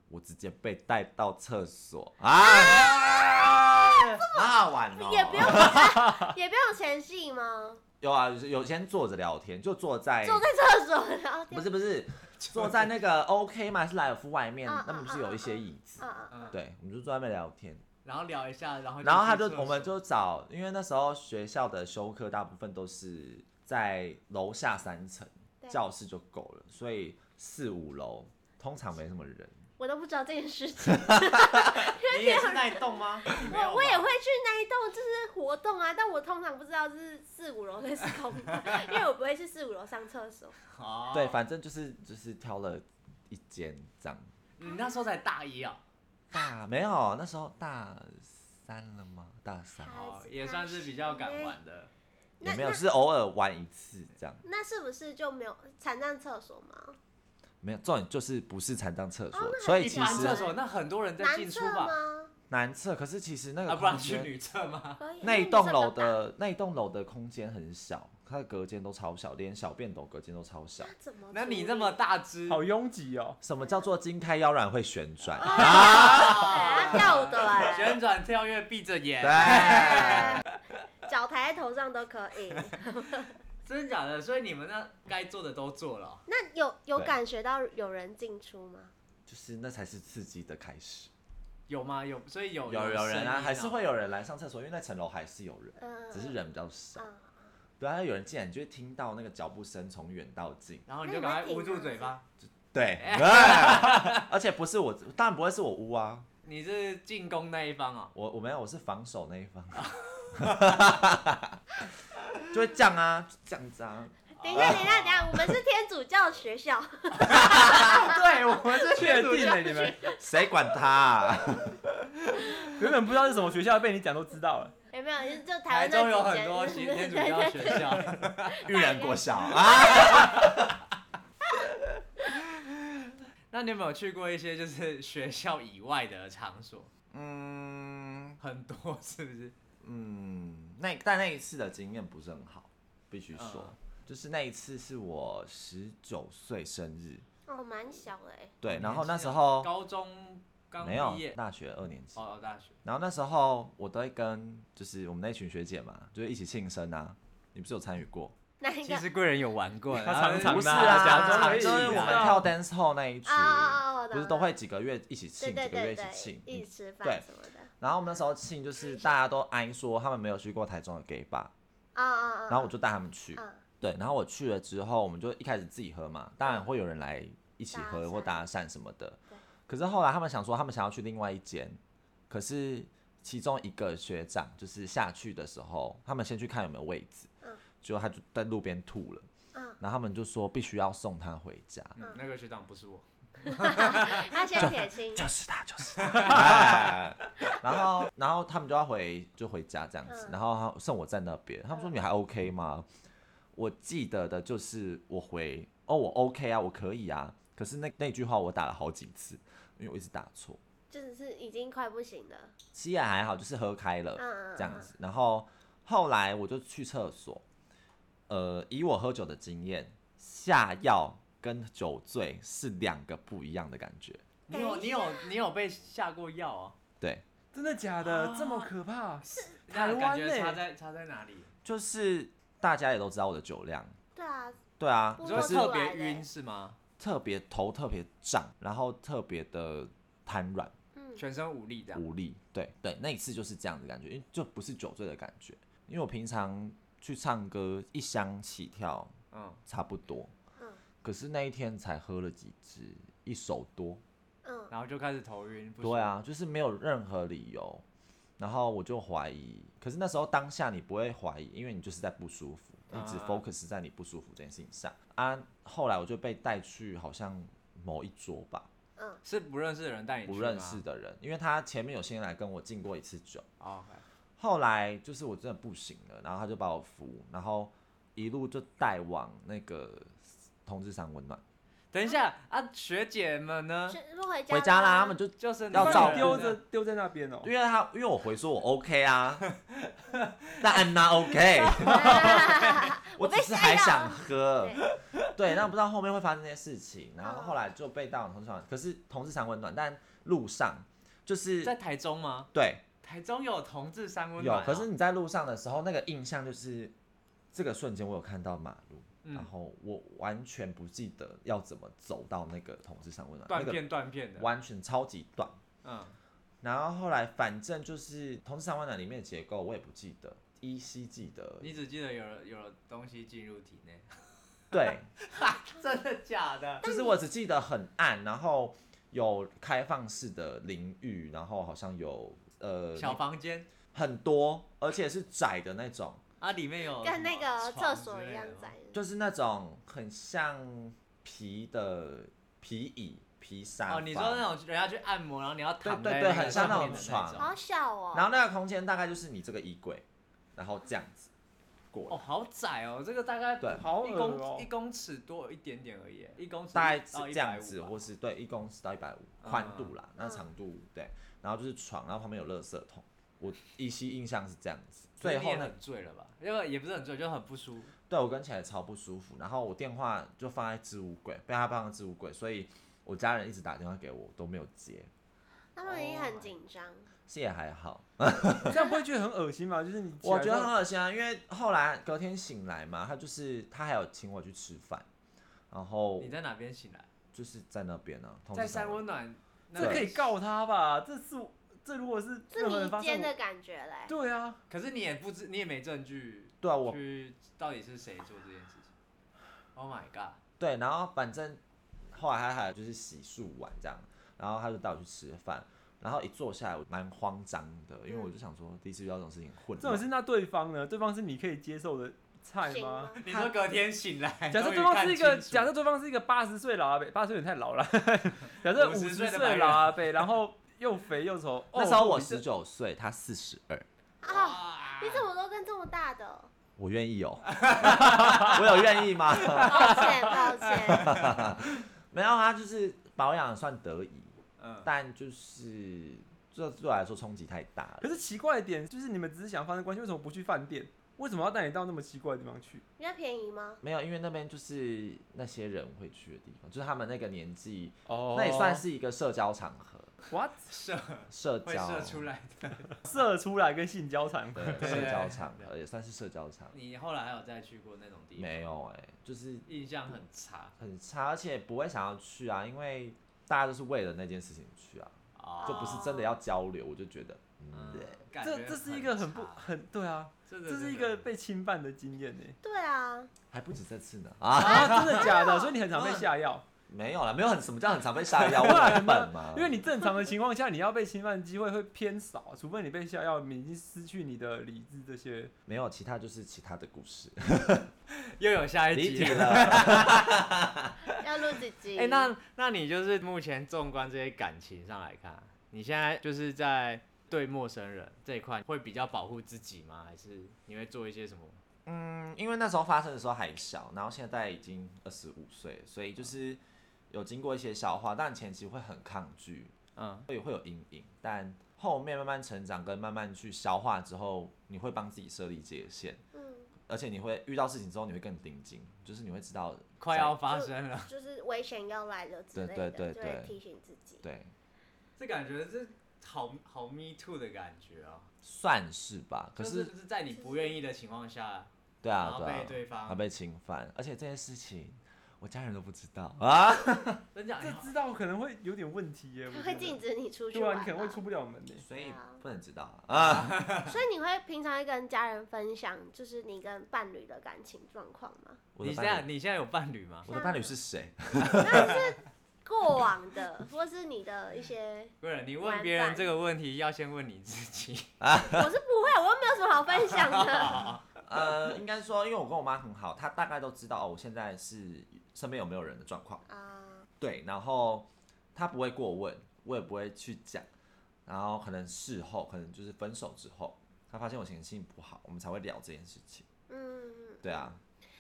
[SPEAKER 3] 我直接被带到厕所啊， 好好玩哦。
[SPEAKER 1] 啊 也不用 也不用前戏吗？
[SPEAKER 3] 有啊，有有先坐着聊天，就坐在
[SPEAKER 1] 坐在厕所聊
[SPEAKER 3] 哎不
[SPEAKER 1] 天，
[SPEAKER 3] 是不是坐在那个 OK 嘛，是莱尔夫外面，
[SPEAKER 1] 嗯嗯
[SPEAKER 3] 那么不是有一些
[SPEAKER 1] 嗯
[SPEAKER 3] 椅子，
[SPEAKER 1] 嗯嗯
[SPEAKER 4] 嗯，
[SPEAKER 3] 对，我们就坐在那边聊天。
[SPEAKER 4] 然后聊一下，然后
[SPEAKER 3] 然后他
[SPEAKER 4] 去
[SPEAKER 3] 就
[SPEAKER 4] 厕所
[SPEAKER 3] 我们就找，因为那时候学校的修课大部分都是在楼下三层
[SPEAKER 1] 对
[SPEAKER 3] 教室就够了，所以四五楼通常没什么人。
[SPEAKER 1] 我都不知道这件事 情。
[SPEAKER 4] 你也是那一栋吗？你没有吧
[SPEAKER 1] 我我也会去那一栋就是活动啊，但我通常不知道是四五楼还是空 的，因为我不会去四五楼上厕所。
[SPEAKER 4] 哦
[SPEAKER 3] 对，反正就是就是挑了一间这样。
[SPEAKER 4] 你那时候才大一啊，
[SPEAKER 3] 大没有，那时候大三了吗？大三
[SPEAKER 1] 还
[SPEAKER 4] 哦，也算是比较敢玩的。
[SPEAKER 1] 那
[SPEAKER 3] 也没有，是偶尔玩一次这样。
[SPEAKER 1] 那是不是就没有残障厕所吗？
[SPEAKER 3] 没有，重点就是不是残障厕所，
[SPEAKER 1] 哦那很
[SPEAKER 3] 所以
[SPEAKER 4] 一
[SPEAKER 3] 其
[SPEAKER 4] 般
[SPEAKER 3] 实
[SPEAKER 4] 厕所那很多人在
[SPEAKER 1] 男
[SPEAKER 4] 进出
[SPEAKER 1] 厕
[SPEAKER 4] 吧？
[SPEAKER 1] 吗？
[SPEAKER 3] 男厕，可是其实那
[SPEAKER 4] 啊，
[SPEAKER 3] 个
[SPEAKER 4] 不然
[SPEAKER 3] 空
[SPEAKER 4] 去
[SPEAKER 3] 间，
[SPEAKER 4] 女 厕吗？
[SPEAKER 1] 可以，啊
[SPEAKER 3] 那
[SPEAKER 1] 因
[SPEAKER 3] 一
[SPEAKER 1] 为女厕
[SPEAKER 3] 栋
[SPEAKER 1] 比较
[SPEAKER 3] 楼
[SPEAKER 1] 大
[SPEAKER 3] 的那一栋楼的空间很小，它的隔间都超小，连小便斗隔间都超小
[SPEAKER 1] 那。怎么处理？
[SPEAKER 4] 那你那么大只，
[SPEAKER 2] 好拥挤 哦。
[SPEAKER 3] 什么叫做筋开腰软会旋转？
[SPEAKER 4] 哦啊
[SPEAKER 1] 哎他吊的 哎，
[SPEAKER 4] 旋转跳跃，闭着眼，
[SPEAKER 3] 对，
[SPEAKER 1] 对脚抬在头上都可 以。
[SPEAKER 4] 真的假的？所以你们那该做的都做了哦。
[SPEAKER 1] 那有有
[SPEAKER 3] 对
[SPEAKER 1] 感觉到有人进出吗？
[SPEAKER 3] 就是那才是刺激的开始。
[SPEAKER 4] 有吗？有，所以哦有
[SPEAKER 3] 有有人
[SPEAKER 4] 声音
[SPEAKER 3] 啊，还是会有人来上厕所，因为那层楼还是有人，
[SPEAKER 1] 嗯，
[SPEAKER 3] 只是人比较少。
[SPEAKER 1] 嗯，
[SPEAKER 3] 对啊，有人进来，你就会听到那个脚步声从远到近。
[SPEAKER 4] 然后你就赶快捂住嘴巴。
[SPEAKER 3] 对，
[SPEAKER 4] 哎
[SPEAKER 3] 而且不是我，当然不会是我污啊，
[SPEAKER 4] 你是进攻那一方哦，
[SPEAKER 3] 我我没有，我是防守那一方， 就会这样啊，就这样子啊。
[SPEAKER 1] 等一下，等一下，等一下，我们是天主教学校，
[SPEAKER 4] 对，我们是
[SPEAKER 2] 确定了、你们
[SPEAKER 3] 谁管他、啊？
[SPEAKER 2] 原本不知道是什么学校，被你讲都知道了。
[SPEAKER 1] 哎有没有？就台
[SPEAKER 4] 台
[SPEAKER 1] 湾
[SPEAKER 4] 中有
[SPEAKER 1] 那几
[SPEAKER 4] 很
[SPEAKER 1] 间
[SPEAKER 4] 多新天主教学校，
[SPEAKER 3] 玉人国小啊，
[SPEAKER 4] 那你有没有去过一些就是学校以外的场所？
[SPEAKER 3] 嗯
[SPEAKER 4] 很多是不是？
[SPEAKER 3] 嗯，那但那一次的经验不是很好，必须说，
[SPEAKER 4] 嗯
[SPEAKER 3] 就是那一次是我十九岁生日，
[SPEAKER 1] 哦，蛮小的哎，
[SPEAKER 3] 对，
[SPEAKER 4] 年
[SPEAKER 3] 然后那
[SPEAKER 4] 纪
[SPEAKER 3] 时
[SPEAKER 4] 啊
[SPEAKER 3] 候
[SPEAKER 4] 高中刚
[SPEAKER 3] 没有
[SPEAKER 4] 毕业，
[SPEAKER 3] 大学二年级，
[SPEAKER 4] 哦，大学
[SPEAKER 3] 然后那时候我都会跟就是我们那群学姐嘛，就是一起庆生啊，你不是有参与过？
[SPEAKER 1] 那一
[SPEAKER 4] 其
[SPEAKER 1] 个
[SPEAKER 4] 实贵人有玩过，
[SPEAKER 2] 他
[SPEAKER 4] 然后
[SPEAKER 2] 常常
[SPEAKER 3] 不
[SPEAKER 4] 就是
[SPEAKER 2] 拿
[SPEAKER 3] 啊，
[SPEAKER 2] 假装
[SPEAKER 4] 而
[SPEAKER 3] 就
[SPEAKER 4] 已
[SPEAKER 3] 是我们
[SPEAKER 4] 啊
[SPEAKER 3] 跳 dance hall 那一群，
[SPEAKER 1] 哦哦哦我懂
[SPEAKER 3] 不是都会几个月一起
[SPEAKER 1] 对
[SPEAKER 3] 庆，
[SPEAKER 1] 对
[SPEAKER 3] 几个
[SPEAKER 1] 对
[SPEAKER 3] 月一起
[SPEAKER 1] 对
[SPEAKER 3] 庆，，
[SPEAKER 1] 一
[SPEAKER 3] 嗯
[SPEAKER 1] 起吃
[SPEAKER 3] 对
[SPEAKER 1] 饭什么的。
[SPEAKER 3] 然后我们那时候庆就是大家都哀说他们没有去过台中的 gay bar，
[SPEAKER 1] 啊啊啊！
[SPEAKER 3] 然后我就带他们去，
[SPEAKER 1] 嗯
[SPEAKER 3] 对，然后我去了之后，我们就一开始自己喝嘛，当然会有人来一起
[SPEAKER 1] 搭
[SPEAKER 3] 喝
[SPEAKER 1] 讪
[SPEAKER 3] 或搭讪什么的
[SPEAKER 1] 对。
[SPEAKER 3] 可是后来他们想说，他们想要去另外一间，可是其中一个学长就是下去的时候，他们先去看有没有位置
[SPEAKER 1] 嗯，
[SPEAKER 3] 结果他就在路边吐了，
[SPEAKER 1] 嗯，
[SPEAKER 3] 然后他们就说必须要送他回家，
[SPEAKER 4] 嗯那个学长不是我，
[SPEAKER 1] 他先撇清，
[SPEAKER 3] 就是他，就是 他。哎 然后，然后他们就要回，就回家这样子。
[SPEAKER 1] 嗯
[SPEAKER 3] 然后他剩我在那边，他们说你还 OK 吗？我记得的就是我回，哦，我 OK 啊，我可以啊。可是那那句话我打了好几次，因为我一直打错。
[SPEAKER 1] 就只是已经快不行了。
[SPEAKER 3] 其实也还好，就是喝开了
[SPEAKER 1] 嗯嗯嗯
[SPEAKER 3] 这样子。然后后来我就去厕所，呃，以我喝酒的经验，下药跟酒醉是两个不一样的感觉。
[SPEAKER 4] 你有你有你有被下过药啊？
[SPEAKER 3] 对，
[SPEAKER 2] 真的假的？
[SPEAKER 4] 啊
[SPEAKER 2] 这么可怕？台
[SPEAKER 4] 那
[SPEAKER 2] 湾欸
[SPEAKER 4] 感觉
[SPEAKER 2] 呢
[SPEAKER 4] 差在差在哪里？
[SPEAKER 3] 就是大家也都知道我的酒量，
[SPEAKER 1] 对啊，
[SPEAKER 3] 对啊，
[SPEAKER 1] 不
[SPEAKER 4] 你
[SPEAKER 1] 我会
[SPEAKER 3] 可
[SPEAKER 4] 说
[SPEAKER 3] 是
[SPEAKER 1] 出
[SPEAKER 4] 特
[SPEAKER 1] 来
[SPEAKER 4] 别
[SPEAKER 1] 的
[SPEAKER 4] 晕是吗？
[SPEAKER 3] 特别头特别胀，然后特别的瘫软
[SPEAKER 1] 嗯，
[SPEAKER 4] 全身无力这样。
[SPEAKER 3] 无力，对对，那一次就是这样的感觉，因为就不是酒醉的感觉，因为我平常去唱歌一箱起跳
[SPEAKER 4] 嗯，
[SPEAKER 3] 差不多，
[SPEAKER 1] 嗯
[SPEAKER 3] 可是那一天才喝了几支，一手多，
[SPEAKER 1] 嗯，
[SPEAKER 4] 然后就开始头晕。不
[SPEAKER 3] 对
[SPEAKER 4] 行，
[SPEAKER 3] 啊，就是没有任何理由，然后我就怀疑，可是那时候当下你不会怀疑，因为你就是在不舒服，你只
[SPEAKER 4] 啊
[SPEAKER 3] focus 在你不舒服这件事情上啊。后来我就被带去好像某一桌吧，
[SPEAKER 1] 嗯
[SPEAKER 4] 是不认识的人带你去吗
[SPEAKER 3] 不认识。的人，因为他前面有先来跟我敬过一次酒，
[SPEAKER 4] 哦，
[SPEAKER 3] 后来就是我真的不行了，然后他就把我扶，然后一路就带往那个同志山温暖，
[SPEAKER 4] 等一下啊，学姐们呢？
[SPEAKER 1] 全部回家
[SPEAKER 3] 回家啦，
[SPEAKER 1] 啦
[SPEAKER 3] 他们就。
[SPEAKER 4] 就是
[SPEAKER 3] 要
[SPEAKER 4] 那
[SPEAKER 3] 照
[SPEAKER 4] 个
[SPEAKER 3] 顾
[SPEAKER 4] 人
[SPEAKER 2] 丢着丢在那边哦、
[SPEAKER 3] 因为他，因为我回说我 OK 啊，但 I'm not OK。我只是还想喝，对，但不知道后面会发生这些事情，然
[SPEAKER 4] 嗯
[SPEAKER 3] 后后来就被带往同志场，可是同志场温暖，但路上就是
[SPEAKER 4] 在台中吗？
[SPEAKER 3] 对
[SPEAKER 4] 台中有同志三温
[SPEAKER 3] 有
[SPEAKER 4] 暖哦，，
[SPEAKER 3] 可是你在路上的时候，那个印象就是这个瞬间我有看到马路，
[SPEAKER 4] 嗯
[SPEAKER 3] 然后我完全不记得要怎么走到那个同志场温暖，
[SPEAKER 4] 断
[SPEAKER 3] 那个
[SPEAKER 4] 片断片的。
[SPEAKER 3] 完全超级短。
[SPEAKER 4] 嗯，
[SPEAKER 3] 然后后来反正就是同志场温暖里面的结构我也不记得，依稀记得而已，
[SPEAKER 4] 你只记得有了有了东西进入体内，
[SPEAKER 3] 对。
[SPEAKER 4] 真的假的？
[SPEAKER 3] 就是我只记得很暗，然后有开放式的淋浴，然后好像有呃
[SPEAKER 4] 小房间
[SPEAKER 3] 很多，而且是窄的那种，
[SPEAKER 4] 啊，里面有
[SPEAKER 1] 跟那个
[SPEAKER 4] 什
[SPEAKER 1] 厕
[SPEAKER 4] 么
[SPEAKER 1] 所一样
[SPEAKER 4] 床之类的吗
[SPEAKER 1] 窄，
[SPEAKER 3] 就是那种很像皮的皮椅、皮沙发。
[SPEAKER 4] 哦，你说那种人家去按摩，然后你要躺
[SPEAKER 3] 对
[SPEAKER 4] 在
[SPEAKER 3] 对
[SPEAKER 4] 那个
[SPEAKER 3] 很像
[SPEAKER 4] 上
[SPEAKER 3] 那
[SPEAKER 4] 面
[SPEAKER 3] 种
[SPEAKER 4] 的
[SPEAKER 3] 床
[SPEAKER 1] 好小哦。
[SPEAKER 3] 然后那个空间大概就是你这个衣柜，然后这样子过来，
[SPEAKER 4] 哦，好窄哦，这个大概
[SPEAKER 3] 对
[SPEAKER 2] 好
[SPEAKER 4] 一
[SPEAKER 2] 恶
[SPEAKER 4] 公、
[SPEAKER 2] 哦
[SPEAKER 4] 一公尺多一点点而已，哦一公尺
[SPEAKER 3] 大概
[SPEAKER 4] 到
[SPEAKER 3] 是
[SPEAKER 4] 150
[SPEAKER 3] 这样子，
[SPEAKER 4] 吧
[SPEAKER 3] 或是对一公尺到一百五
[SPEAKER 4] 嗯
[SPEAKER 3] 宽度啦，那
[SPEAKER 1] 嗯
[SPEAKER 3] 长度对，然后就是床，然后旁边有垃圾桶。我依稀印象是这样子，
[SPEAKER 4] 所以
[SPEAKER 3] 最
[SPEAKER 4] 你也
[SPEAKER 3] 后那
[SPEAKER 4] 很醉了吧？因为也不是很醉，就很不舒服。
[SPEAKER 3] 对我跟起来超不舒服，然后我电话就放在置物柜，被他放在置物柜，所以我家人一直打电话给我，我都没有接，
[SPEAKER 1] 他们也很紧张，
[SPEAKER 3] 是也还好，
[SPEAKER 2] 这样不会觉得很恶心吗？就是你起来
[SPEAKER 3] 我觉得
[SPEAKER 2] 之后
[SPEAKER 3] 很恶心啊，因为后来隔天醒来嘛，他就是他还有请我去吃饭，然后
[SPEAKER 4] 你在哪边醒来？
[SPEAKER 3] 就是在那边呢、啊，同
[SPEAKER 4] 在
[SPEAKER 3] 事上
[SPEAKER 4] 三温暖，那
[SPEAKER 2] 这
[SPEAKER 4] 个
[SPEAKER 2] 可以。告他吧？这是这如果是
[SPEAKER 1] 是
[SPEAKER 2] 任何人
[SPEAKER 1] 迷
[SPEAKER 2] 发生
[SPEAKER 1] 奸的
[SPEAKER 2] 我，
[SPEAKER 1] 感觉嘞。
[SPEAKER 2] 对啊，
[SPEAKER 4] 可是你也不知，你也没证据
[SPEAKER 3] 对啊，我
[SPEAKER 4] 去到底是谁做这件事情。Oh my god！
[SPEAKER 3] 对，然后反正后来他还有就是洗漱完这样，然后他就带我去吃饭，然后一坐下来我蛮慌张的，因为我就想说第一次遇到这种事情很混
[SPEAKER 2] 这
[SPEAKER 3] 乱
[SPEAKER 2] 种，是那对方呢？对方是你可以接受的菜
[SPEAKER 1] 行
[SPEAKER 2] 吗
[SPEAKER 1] 吗？？
[SPEAKER 4] 你说隔天醒来，
[SPEAKER 2] 假设
[SPEAKER 4] 终于
[SPEAKER 2] 对方
[SPEAKER 4] 看
[SPEAKER 2] 是一个，
[SPEAKER 4] 清楚
[SPEAKER 2] 假设对方是一个八十岁老阿伯，八十岁有点太老了。 假设五
[SPEAKER 4] 50
[SPEAKER 2] 十
[SPEAKER 4] 岁的白
[SPEAKER 2] 岁
[SPEAKER 4] 人
[SPEAKER 2] 老阿伯，然后又肥又丑。
[SPEAKER 3] 那时候
[SPEAKER 2] 哦
[SPEAKER 3] 我
[SPEAKER 2] 你这
[SPEAKER 3] 十九岁，他四十二。
[SPEAKER 1] 啊，
[SPEAKER 4] 哇
[SPEAKER 1] 你怎么都跟这么大的？
[SPEAKER 3] 我愿意哦，我有愿意吗？
[SPEAKER 1] 抱歉，抱歉。
[SPEAKER 3] 没有，啊他就是保养算得宜，
[SPEAKER 4] 嗯，
[SPEAKER 3] 但就是这对我来说冲击太大了
[SPEAKER 2] 可。是奇怪的点就是，你们只是想发生关系，为什么不去饭店？为什么要带你到那么奇怪的地方去？
[SPEAKER 1] 比较便宜吗？
[SPEAKER 3] 没有，因为那边就是那些人会去的地方，就是他们那个年纪，
[SPEAKER 2] 哦
[SPEAKER 3] 那也算是一个社交场合，
[SPEAKER 2] what
[SPEAKER 4] 射
[SPEAKER 3] 社
[SPEAKER 4] 会
[SPEAKER 3] 交
[SPEAKER 4] 射出来的。
[SPEAKER 2] 射出来跟性交场合。
[SPEAKER 3] 对
[SPEAKER 4] 对
[SPEAKER 3] 社交场合也算是社交场，
[SPEAKER 4] 你后来还有再去过那种地方？
[SPEAKER 3] 没有哎、就是
[SPEAKER 4] 印象很差
[SPEAKER 3] 很差，而且不会想要去啊，因为大家都是为了那件事情去啊，
[SPEAKER 4] 啊
[SPEAKER 3] 就不是真的要交流，我就觉得，嗯，对
[SPEAKER 2] 这这是一个很不
[SPEAKER 4] 差
[SPEAKER 2] 很对啊，
[SPEAKER 4] 真的
[SPEAKER 2] 这是一
[SPEAKER 4] 真的
[SPEAKER 2] 个被侵犯的经验呢。
[SPEAKER 1] 对啊，
[SPEAKER 3] 还不止这次呢啊。
[SPEAKER 2] 啊，真的假的？所以你很常被下药，。
[SPEAKER 3] 没有啦，没有很什么叫很常被下药，我很本嘛
[SPEAKER 2] 因为你正常的情况下，你要被侵犯的机会会偏少，除非你被下药，你已经失去你的理智这些。
[SPEAKER 3] 没有其他就是其他的故事，
[SPEAKER 4] 又有下一
[SPEAKER 3] 离
[SPEAKER 4] 集
[SPEAKER 3] 题。了。
[SPEAKER 1] 要录几集？
[SPEAKER 4] 哎、那那你就是目前纵观这些感情上来看，你现在就是在对陌生人这一块会比较保护自己吗？还是你会做一些什么？
[SPEAKER 3] 嗯，因为那时候发生的时候还小，然后现在已经二十五岁，所以就是有经过一些消化，但前期会很抗拒，
[SPEAKER 4] 嗯，
[SPEAKER 3] 会会有阴影，但后面慢慢成长跟慢慢去消化之后，你会帮自己设立界限。
[SPEAKER 1] 嗯，
[SPEAKER 3] 而且你会遇到事情之后，你会更盯紧，就是你会知道
[SPEAKER 4] 快要发生了。
[SPEAKER 1] 就是危险要来了之类的，
[SPEAKER 3] 对对对
[SPEAKER 1] 就会
[SPEAKER 3] 对
[SPEAKER 1] 提醒自己。
[SPEAKER 3] 对，
[SPEAKER 4] 这感觉这好好 me too 的感觉啊！
[SPEAKER 3] 算是吧。可，
[SPEAKER 4] 就是就是在你不愿意的情况下，
[SPEAKER 3] 对
[SPEAKER 4] 然
[SPEAKER 3] 啊，
[SPEAKER 4] 后
[SPEAKER 3] 对啊，
[SPEAKER 4] 被对方
[SPEAKER 3] 他被侵犯，而且这件事情我家人都不知道啊。
[SPEAKER 4] 真假
[SPEAKER 2] 这知道可能会有点问题耶，我
[SPEAKER 1] 他
[SPEAKER 2] 觉
[SPEAKER 1] 会
[SPEAKER 2] 得
[SPEAKER 1] 禁止你出去
[SPEAKER 2] 对啊，
[SPEAKER 1] 玩
[SPEAKER 2] 你
[SPEAKER 1] 吗，
[SPEAKER 2] 可能会出不了门的。
[SPEAKER 3] 所以
[SPEAKER 1] 对啊
[SPEAKER 3] 不能知道啊。
[SPEAKER 1] 所以你会平常会跟家人分享，就是你跟伴侣的感情状况吗？
[SPEAKER 3] 我
[SPEAKER 4] 你
[SPEAKER 3] 的
[SPEAKER 4] 现
[SPEAKER 3] 伴
[SPEAKER 4] 在
[SPEAKER 3] 侣，
[SPEAKER 4] 你现在有伴侣吗？
[SPEAKER 3] 我的伴侣是谁？
[SPEAKER 1] 过往 的，或是你的一些，
[SPEAKER 4] 不是，你
[SPEAKER 1] 玩
[SPEAKER 4] 问别人
[SPEAKER 1] 伴
[SPEAKER 4] 这个问题要先问你自己。
[SPEAKER 1] 我是不会，我又没有什么好分享 的。
[SPEAKER 3] 呃，应该说，因为我跟我妈很好，她大概都知道哦，我现在是身边有没有人的状况。
[SPEAKER 1] 啊，
[SPEAKER 3] 对，然后她不会过问，我也不会去讲。然后可能事后，可能就是分手之后，她发现我情绪不好，我们才会聊这件事情。
[SPEAKER 1] 嗯，
[SPEAKER 3] 对啊，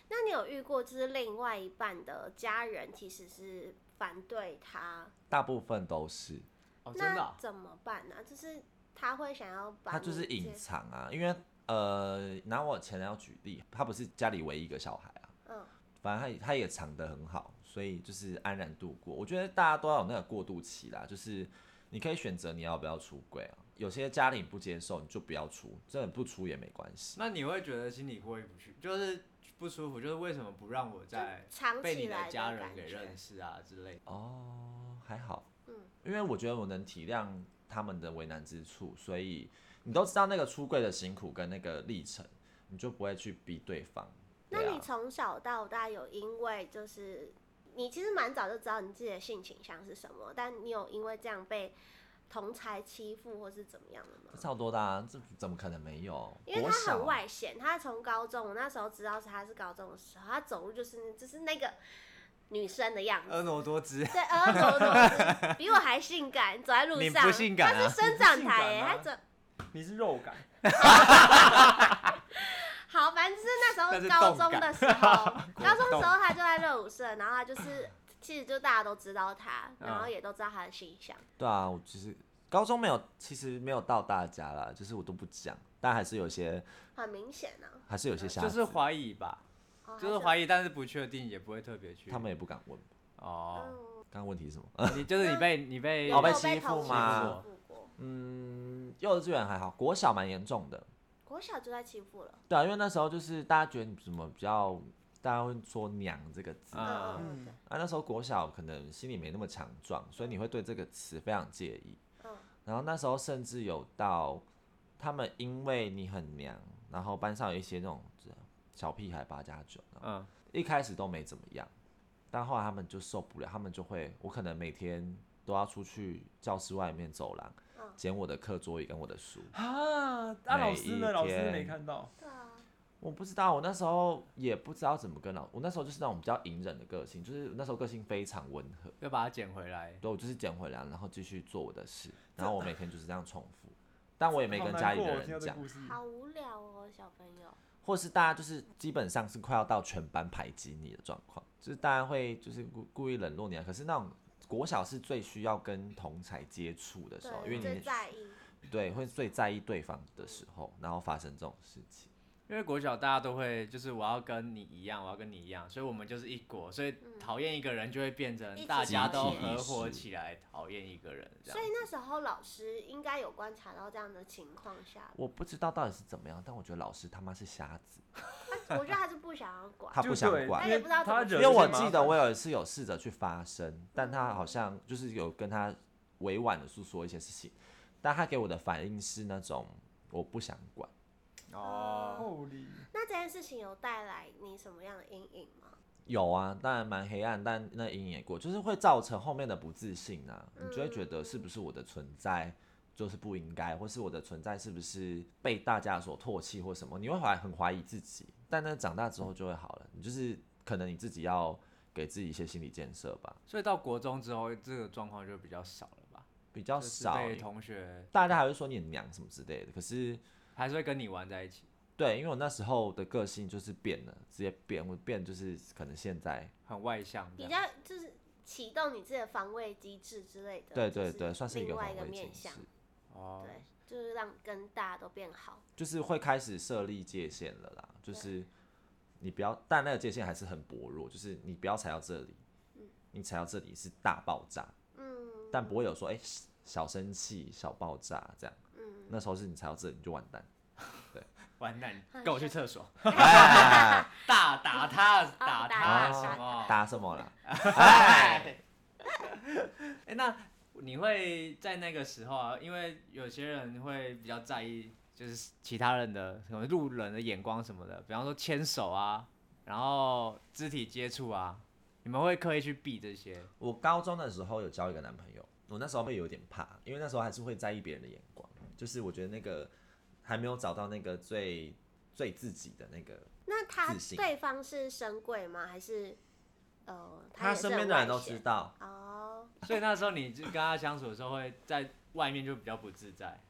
[SPEAKER 1] 那你有遇过就是另外一半的家人其实是反对他，
[SPEAKER 3] 大部分都是。
[SPEAKER 4] 哦，真的
[SPEAKER 1] 那
[SPEAKER 4] 哦、
[SPEAKER 1] 怎么办呢、就是他会想要把
[SPEAKER 3] 他就是
[SPEAKER 1] 你
[SPEAKER 3] 隐
[SPEAKER 1] 介
[SPEAKER 3] 藏啊，因为呃，拿我前男友举例，他不是家里唯一一个小孩啊，
[SPEAKER 1] 嗯，
[SPEAKER 3] 反正他也他也藏得很好，所以就是安然度过。我觉得大家都要有那个过渡期啦，就是你可以选择你要不要出轨啊，有些家里不接受你就不要出，真的不出也没关系。
[SPEAKER 4] 那你会觉得心里过意不去，就是不舒服，就是为什么不让我在
[SPEAKER 1] 就藏
[SPEAKER 4] 被
[SPEAKER 1] 起
[SPEAKER 4] 你
[SPEAKER 1] 来
[SPEAKER 4] 的家人
[SPEAKER 1] 感
[SPEAKER 4] 给认
[SPEAKER 1] 觉，
[SPEAKER 4] 识啊之类的？
[SPEAKER 3] 哦，还好，
[SPEAKER 1] 嗯，
[SPEAKER 3] 因为我觉得我能体谅他们的为难之处，所以你都知道那个出柜的辛苦跟那个历程，你就不会去逼对方。
[SPEAKER 1] 那
[SPEAKER 3] 对啊
[SPEAKER 1] 你从小到大有因为就是你其实蛮早就知道你自己的性倾向是什么，但你有因为这样被同才欺负或是怎么样的吗？
[SPEAKER 3] 差不多的、啊，这怎么可能没有？
[SPEAKER 1] 因为
[SPEAKER 3] 国
[SPEAKER 1] 他
[SPEAKER 3] 小
[SPEAKER 4] 啊
[SPEAKER 1] 很外显，他从高中，我那时候知道是他是高中的时候，他走路就是就是那个女生的样子，
[SPEAKER 4] 婀娜多姿，
[SPEAKER 1] 对，呃婀娜多 姿，比我还性感，走在路
[SPEAKER 4] 你
[SPEAKER 1] 上，
[SPEAKER 4] 不性感
[SPEAKER 1] 他
[SPEAKER 4] 啊
[SPEAKER 1] 是生长台耶、
[SPEAKER 2] 你不性感啊
[SPEAKER 1] 他走
[SPEAKER 2] 你是肉 感，
[SPEAKER 1] 好，反正就是那时
[SPEAKER 4] 那
[SPEAKER 1] 候
[SPEAKER 4] 是
[SPEAKER 1] 高
[SPEAKER 4] 动
[SPEAKER 1] 中
[SPEAKER 4] 感
[SPEAKER 1] 的 时候，
[SPEAKER 4] 果
[SPEAKER 1] 高中的
[SPEAKER 4] 冻
[SPEAKER 1] 时候他就在热舞社，然后他就是其实就大家都知道他，然后
[SPEAKER 4] 嗯
[SPEAKER 1] 也都知道他的形象。
[SPEAKER 3] 对啊，我其实高中没有，其实没有到大家啦，就是我都不讲，但还是有些，
[SPEAKER 1] 很明显啊呢、
[SPEAKER 3] 还是有些瑕
[SPEAKER 4] 就
[SPEAKER 3] 疵，
[SPEAKER 4] 是怀疑吧，
[SPEAKER 1] 啊，
[SPEAKER 4] 就是怀
[SPEAKER 1] 疑。
[SPEAKER 4] 疑，但是不确定，也不会特别去。
[SPEAKER 3] 他们也不敢问。
[SPEAKER 4] 哦，
[SPEAKER 1] 嗯，
[SPEAKER 3] 刚刚问题是什么？
[SPEAKER 4] 你就是你被你被
[SPEAKER 1] 有
[SPEAKER 3] 哦被
[SPEAKER 1] 没有
[SPEAKER 3] 欺
[SPEAKER 1] 同
[SPEAKER 3] 负
[SPEAKER 1] 学
[SPEAKER 3] 吗
[SPEAKER 1] 欺负过？
[SPEAKER 3] 嗯，幼稚园还好，国小蛮严重的。
[SPEAKER 1] 国小就在欺负了。
[SPEAKER 3] 对啊，因为那时候就是大家觉得你怎么比较，大家会说“娘”这个字、
[SPEAKER 4] 嗯
[SPEAKER 1] 嗯嗯
[SPEAKER 2] 嗯
[SPEAKER 1] 对
[SPEAKER 3] 啊，那时候国小可能心里没那么强壮，所以你会对这个词非常介意。
[SPEAKER 1] 嗯，
[SPEAKER 3] 然后那时候甚至有到他们因为你很娘，然后班上有一些那种小屁孩八加九，
[SPEAKER 4] 嗯，
[SPEAKER 3] 一开始都没怎么样，但后来他们就受不了，他们就会，我可能每天都要出去教室外面走廊
[SPEAKER 1] 嗯
[SPEAKER 3] 捡我的课桌椅跟我的书。
[SPEAKER 2] 啊，啊老师
[SPEAKER 3] 每一
[SPEAKER 2] 呢？老师
[SPEAKER 3] 天
[SPEAKER 2] 没看到，
[SPEAKER 1] 对啊，
[SPEAKER 3] 我不知道，我那时候也不知道怎么跟老，我那时候就是那种比较隐忍的个性，就是那时候个性非常温和，
[SPEAKER 4] 要把它捡回来。
[SPEAKER 3] 对我就是捡回来，然后继续做我的事，然后我每天就是这样重复，但我也没
[SPEAKER 2] 好
[SPEAKER 3] 跟
[SPEAKER 2] 难
[SPEAKER 3] 家里
[SPEAKER 2] 过
[SPEAKER 3] 的
[SPEAKER 2] 我听到
[SPEAKER 3] 人
[SPEAKER 2] 这
[SPEAKER 3] 讲。
[SPEAKER 2] 故事
[SPEAKER 1] 好无聊哦，小朋友。
[SPEAKER 3] 或是大家就是基本上是快要到全班排挤你的状况，就是大家会就是故故意冷落你啊。可是那种国小是最需要跟同才接触的时候，因
[SPEAKER 1] 对，
[SPEAKER 3] 为你
[SPEAKER 1] 最
[SPEAKER 3] 们
[SPEAKER 1] 在意。
[SPEAKER 3] 对会最在意对方的时候，然后发生这种事情。
[SPEAKER 4] 因为国小大家都会，就是我要跟你一样，我要跟你一样，所以我们就是一国，所以讨厌一个人就会变
[SPEAKER 1] 一起
[SPEAKER 4] 成大家都
[SPEAKER 3] 集体意
[SPEAKER 4] 合
[SPEAKER 3] 识
[SPEAKER 4] 伙起来讨厌一个人这
[SPEAKER 1] 所
[SPEAKER 4] 样
[SPEAKER 1] 以。那时候老师应该有观察到这样的情况 下，
[SPEAKER 3] 我不知道到底是怎么样，但我觉得老师他妈是瞎子，
[SPEAKER 1] 他我觉得他是不想要管。
[SPEAKER 3] 他不想
[SPEAKER 2] 就对
[SPEAKER 3] 管
[SPEAKER 1] 他。也不知道怎么
[SPEAKER 2] 他
[SPEAKER 1] 处
[SPEAKER 2] 惹
[SPEAKER 1] 理
[SPEAKER 3] 因
[SPEAKER 2] 了
[SPEAKER 3] 为
[SPEAKER 2] 一些
[SPEAKER 3] 我
[SPEAKER 2] 麻
[SPEAKER 3] 记
[SPEAKER 2] 烦
[SPEAKER 3] 得我有一次有试着去发声，但他好像就是有跟他委婉的诉说一些事情，但他给我的反应是那种我不想管。
[SPEAKER 4] 哦，
[SPEAKER 2] ，Holy，
[SPEAKER 1] 那这件事情有带来你什么样的阴影吗？
[SPEAKER 3] 有啊，当然蛮黑暗，但那阴影也过，就是会造成后面的不自信啊。
[SPEAKER 1] 嗯
[SPEAKER 3] 你就会觉得是不是我的存在就是不应该，或是我的存在是不是被大家所唾弃或什么？你会怀很怀疑自己，但那长大之后就会好了。你就是可能你自己要给自己一些心理建设吧，
[SPEAKER 4] 所以到国中之后，这个状况就比较少了吧？
[SPEAKER 3] 比较
[SPEAKER 4] 就是
[SPEAKER 3] 少。
[SPEAKER 4] 被同学
[SPEAKER 3] 大家还会说你很娘什么之类的，可是
[SPEAKER 4] 还是会跟你玩在一起，
[SPEAKER 3] 对，因为我那时候的个性就是变了，直接变，我变就是可能现在
[SPEAKER 4] 很外向这
[SPEAKER 3] 啊
[SPEAKER 1] 比
[SPEAKER 4] 样。
[SPEAKER 1] 较就是启动你自己的防卫机制之类的。
[SPEAKER 3] 对
[SPEAKER 1] 就
[SPEAKER 3] 对对，算是一个
[SPEAKER 1] 另外
[SPEAKER 3] 防
[SPEAKER 1] 一个
[SPEAKER 3] 卫
[SPEAKER 1] 面
[SPEAKER 3] 机
[SPEAKER 1] 向
[SPEAKER 3] 制。，
[SPEAKER 4] 哦，
[SPEAKER 1] 对，就是让跟大家都变好。
[SPEAKER 3] 就是会开始设立界限了啦，就是你不要，但那个界限还是很薄弱，就是你不要踩到这里，你踩到这里是大爆炸，
[SPEAKER 1] 嗯，
[SPEAKER 3] 但不会有说哎、小生气、小爆炸这样。
[SPEAKER 1] 嗯
[SPEAKER 3] 那时候是你踩到这里你就完 蛋，
[SPEAKER 4] 完蛋，跟我去厕所，
[SPEAKER 3] 哎，
[SPEAKER 4] 大打他，
[SPEAKER 1] 打
[SPEAKER 4] 打他
[SPEAKER 3] 他
[SPEAKER 4] 什么？
[SPEAKER 3] 打什么啦？
[SPEAKER 4] 哎， 哎，那你会在那个时候啊，因为有些人会比较在意，就是其他人的什么路人的眼光什么的，比方说牵手啊，然后肢体接触啊，你们会刻意去避这些？
[SPEAKER 3] 我高中的时候有交一个男朋友，我那时候会有点怕，因为那时候还是会在意别人的眼光，就是我觉得那个还没有找到那个最最自己的那个。
[SPEAKER 1] 那他
[SPEAKER 3] 自信
[SPEAKER 1] 对方是深贵吗？还是呃，
[SPEAKER 3] 他
[SPEAKER 1] 也是
[SPEAKER 3] 身边
[SPEAKER 1] 很
[SPEAKER 3] 的
[SPEAKER 1] 外
[SPEAKER 3] 人都
[SPEAKER 1] 显
[SPEAKER 3] 知道，
[SPEAKER 1] 哦，
[SPEAKER 4] 所以那时候你就跟他相处的时候，会在外面就比较不自在。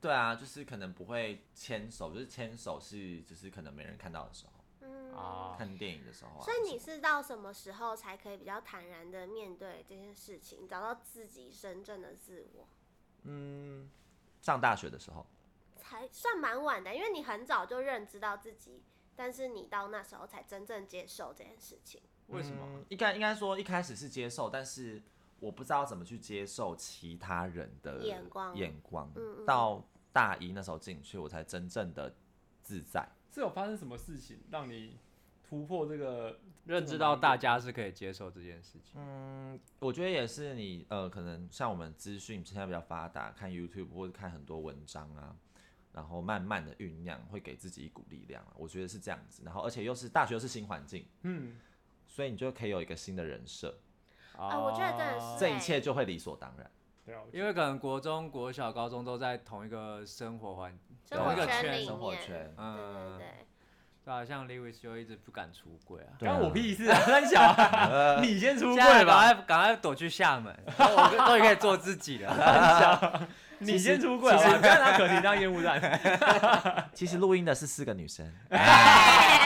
[SPEAKER 3] 对啊，就是可能不会牵手，就是牵手是就是可能没人看到的时候，
[SPEAKER 1] 嗯
[SPEAKER 4] 哦
[SPEAKER 3] 看电影的时候啊。
[SPEAKER 1] 所以你是到什么时候才可以比较坦然的面对这件事情，找到自己真正的自我？
[SPEAKER 3] 嗯，上大学的时候，
[SPEAKER 1] 才算蛮晚的，因为你很早就认知到自己，但是你到那时候才真正接受这件事情。
[SPEAKER 4] 为什么？
[SPEAKER 3] 嗯应该应该说一开始是接受，但是我不知道怎么去接受其他人的
[SPEAKER 1] 眼光
[SPEAKER 3] 眼光
[SPEAKER 1] 嗯嗯
[SPEAKER 3] 到大一那时候进去，我才真正的自在。
[SPEAKER 2] 是有发生什么事情让你突破这个
[SPEAKER 4] 认知到大家是可以接受这件事情。
[SPEAKER 3] 嗯，我觉得也是你呃，可能像我们资讯现在比较发达，看 YouTube 或者看很多文章啊，然后慢慢的酝酿，会给自己一股力量啊。我觉得是这样子，然后而且又是大学又是新环境，
[SPEAKER 2] 嗯，
[SPEAKER 3] 所以你就可以有一个新的人设，
[SPEAKER 1] 啊我觉得真的是
[SPEAKER 3] 这
[SPEAKER 1] 对
[SPEAKER 3] 一切就会理所当然。
[SPEAKER 2] 对啊，我觉得
[SPEAKER 4] 哦因为可能国中、国小、高中都在同一个生活环，
[SPEAKER 1] 生
[SPEAKER 4] 同
[SPEAKER 1] 活
[SPEAKER 4] 一个
[SPEAKER 1] 圈里
[SPEAKER 4] 生
[SPEAKER 3] 生活
[SPEAKER 1] 面，
[SPEAKER 3] 圈，
[SPEAKER 1] 对
[SPEAKER 4] 嗯
[SPEAKER 1] 对，对，
[SPEAKER 4] 对啊，像 Lewis 就一直不敢出柜啊，
[SPEAKER 3] 对啊
[SPEAKER 2] 关我屁事啊！三小啊， 你先出
[SPEAKER 4] 现
[SPEAKER 2] 柜
[SPEAKER 4] 在赶
[SPEAKER 2] 吧，
[SPEAKER 4] 快赶快躲去厦门，我终于可以做自己了。
[SPEAKER 2] 你先出柜好吧？不要拿可婷当烟雾弹。
[SPEAKER 3] 其实录音的是四个女 生，哎、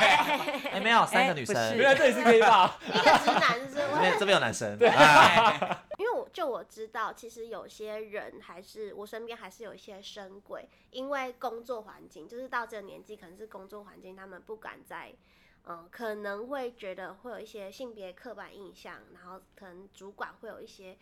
[SPEAKER 3] 没有三个女生，
[SPEAKER 4] 哎不是
[SPEAKER 2] 原来这里是 gay 吧？
[SPEAKER 1] 一个直男就是
[SPEAKER 3] 这边
[SPEAKER 1] 会，
[SPEAKER 3] 这边有男生，哎
[SPEAKER 1] 因为我就我知道，其实有些人还是我身边还是有一些深贵，因为工作环境，就是到这个年纪，可能是工作环境，他们不敢再。嗯，可能会觉得会有一些性别刻板印象，然后可能主管会有一些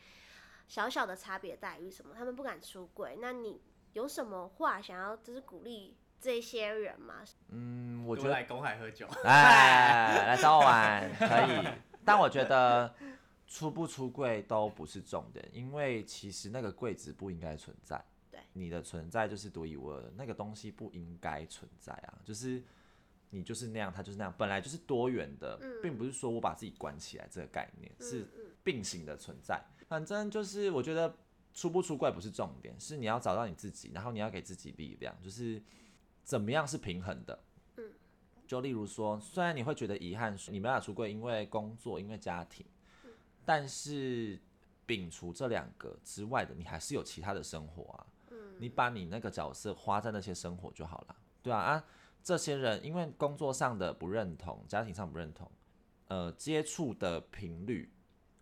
[SPEAKER 1] 小小的差别待遇什么，他们不敢出轨。那你有什么话想要就是鼓励这些人吗？
[SPEAKER 3] 嗯，我觉得
[SPEAKER 4] 公海喝酒，
[SPEAKER 3] 哎，来找我玩可以，但我觉得出不出柜都不是重点，因为其实那个柜子不应该存在。
[SPEAKER 1] 对
[SPEAKER 3] 你的存在就是独一无二的，那个东西不应该存在啊，就是。你就是那样，他就是那样，本来就是多元的，
[SPEAKER 1] 嗯
[SPEAKER 3] 并不是说我把自己关起来这个概念、是
[SPEAKER 1] 嗯嗯
[SPEAKER 3] 并行的存在。反正就是我觉得出不出柜不是重点，是你要找到你自己，然后你要给自己力量，就是怎么样是平衡的。
[SPEAKER 1] 嗯，
[SPEAKER 3] 就例如说，虽然你会觉得遗憾，你没办法出柜，因为工作，因为家庭，
[SPEAKER 1] 嗯
[SPEAKER 3] 但是摒除这两个之外的，你还是有其他的生活啊。
[SPEAKER 1] 嗯
[SPEAKER 3] 你把你那个角色花在那些生活就好了。对啊啊，这些人因为工作上的不认同，家庭上不认同，呃，接触的频率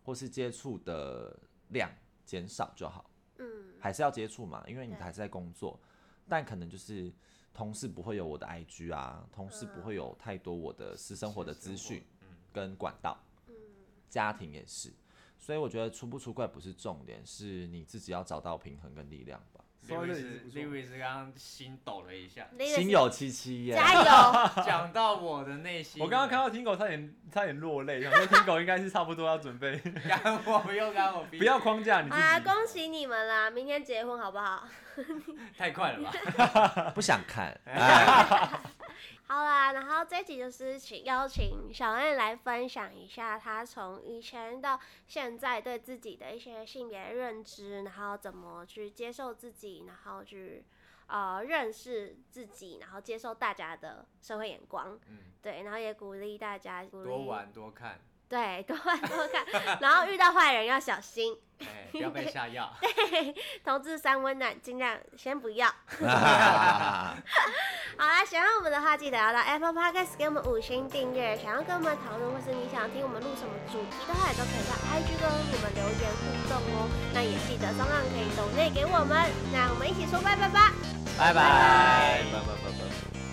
[SPEAKER 3] 或是接触的量减少就好，
[SPEAKER 1] 嗯
[SPEAKER 3] 还是要接触嘛，因为你
[SPEAKER 1] 对
[SPEAKER 3] 还是在工作，但可能就是同事不会有我的 IG 啊，同事不会有太多我的私 生活的资讯跟管道，
[SPEAKER 1] 嗯
[SPEAKER 3] 家庭也是。所以我觉得出不出柜不是重点，是你自己要找到平衡跟力量吧。
[SPEAKER 2] 说到这里是不错
[SPEAKER 4] Lewis，Lewis 刚刚心抖了一 下，
[SPEAKER 1] Lewis，
[SPEAKER 3] 心有戚戚耶，
[SPEAKER 1] 加 油！
[SPEAKER 4] 讲到我的内心，
[SPEAKER 2] 我刚刚看到 Tingo 差点差点落泪，想说 Tingo 应该是差不多要准备，
[SPEAKER 4] 到， 干我不用干我逼，
[SPEAKER 2] 不要框架你自
[SPEAKER 1] 好啦，
[SPEAKER 2] 己。
[SPEAKER 1] 啊恭喜你们啦！明天结婚好不好？
[SPEAKER 4] 太快 了吧？
[SPEAKER 3] 不想看。哎
[SPEAKER 1] 好啦，然后这集就是请邀请小恩来分享一下她从以前到现在对自己的一些性别认知，然后怎么去接受自己，然后去呃认识自己，然后接受大家的社会眼光。
[SPEAKER 4] 嗯，
[SPEAKER 1] 对，然后也鼓励大家鼓励
[SPEAKER 4] 多玩多看，
[SPEAKER 1] 对多玩多看， 然后遇到坏人要小心，
[SPEAKER 4] 哎，不要被下药。
[SPEAKER 1] 同志三温暖尽量先不要。好啦，喜欢我们的话，记得要到 Apple Podcast 给我们五星订阅。想要跟我们讨论，或是你想听我们录什么主题的话，也都可以到 IG 跟我们留言互动哦。那也记得当然可以抖内给我们。那我们一起说拜拜吧。
[SPEAKER 3] 拜拜，拜拜拜拜。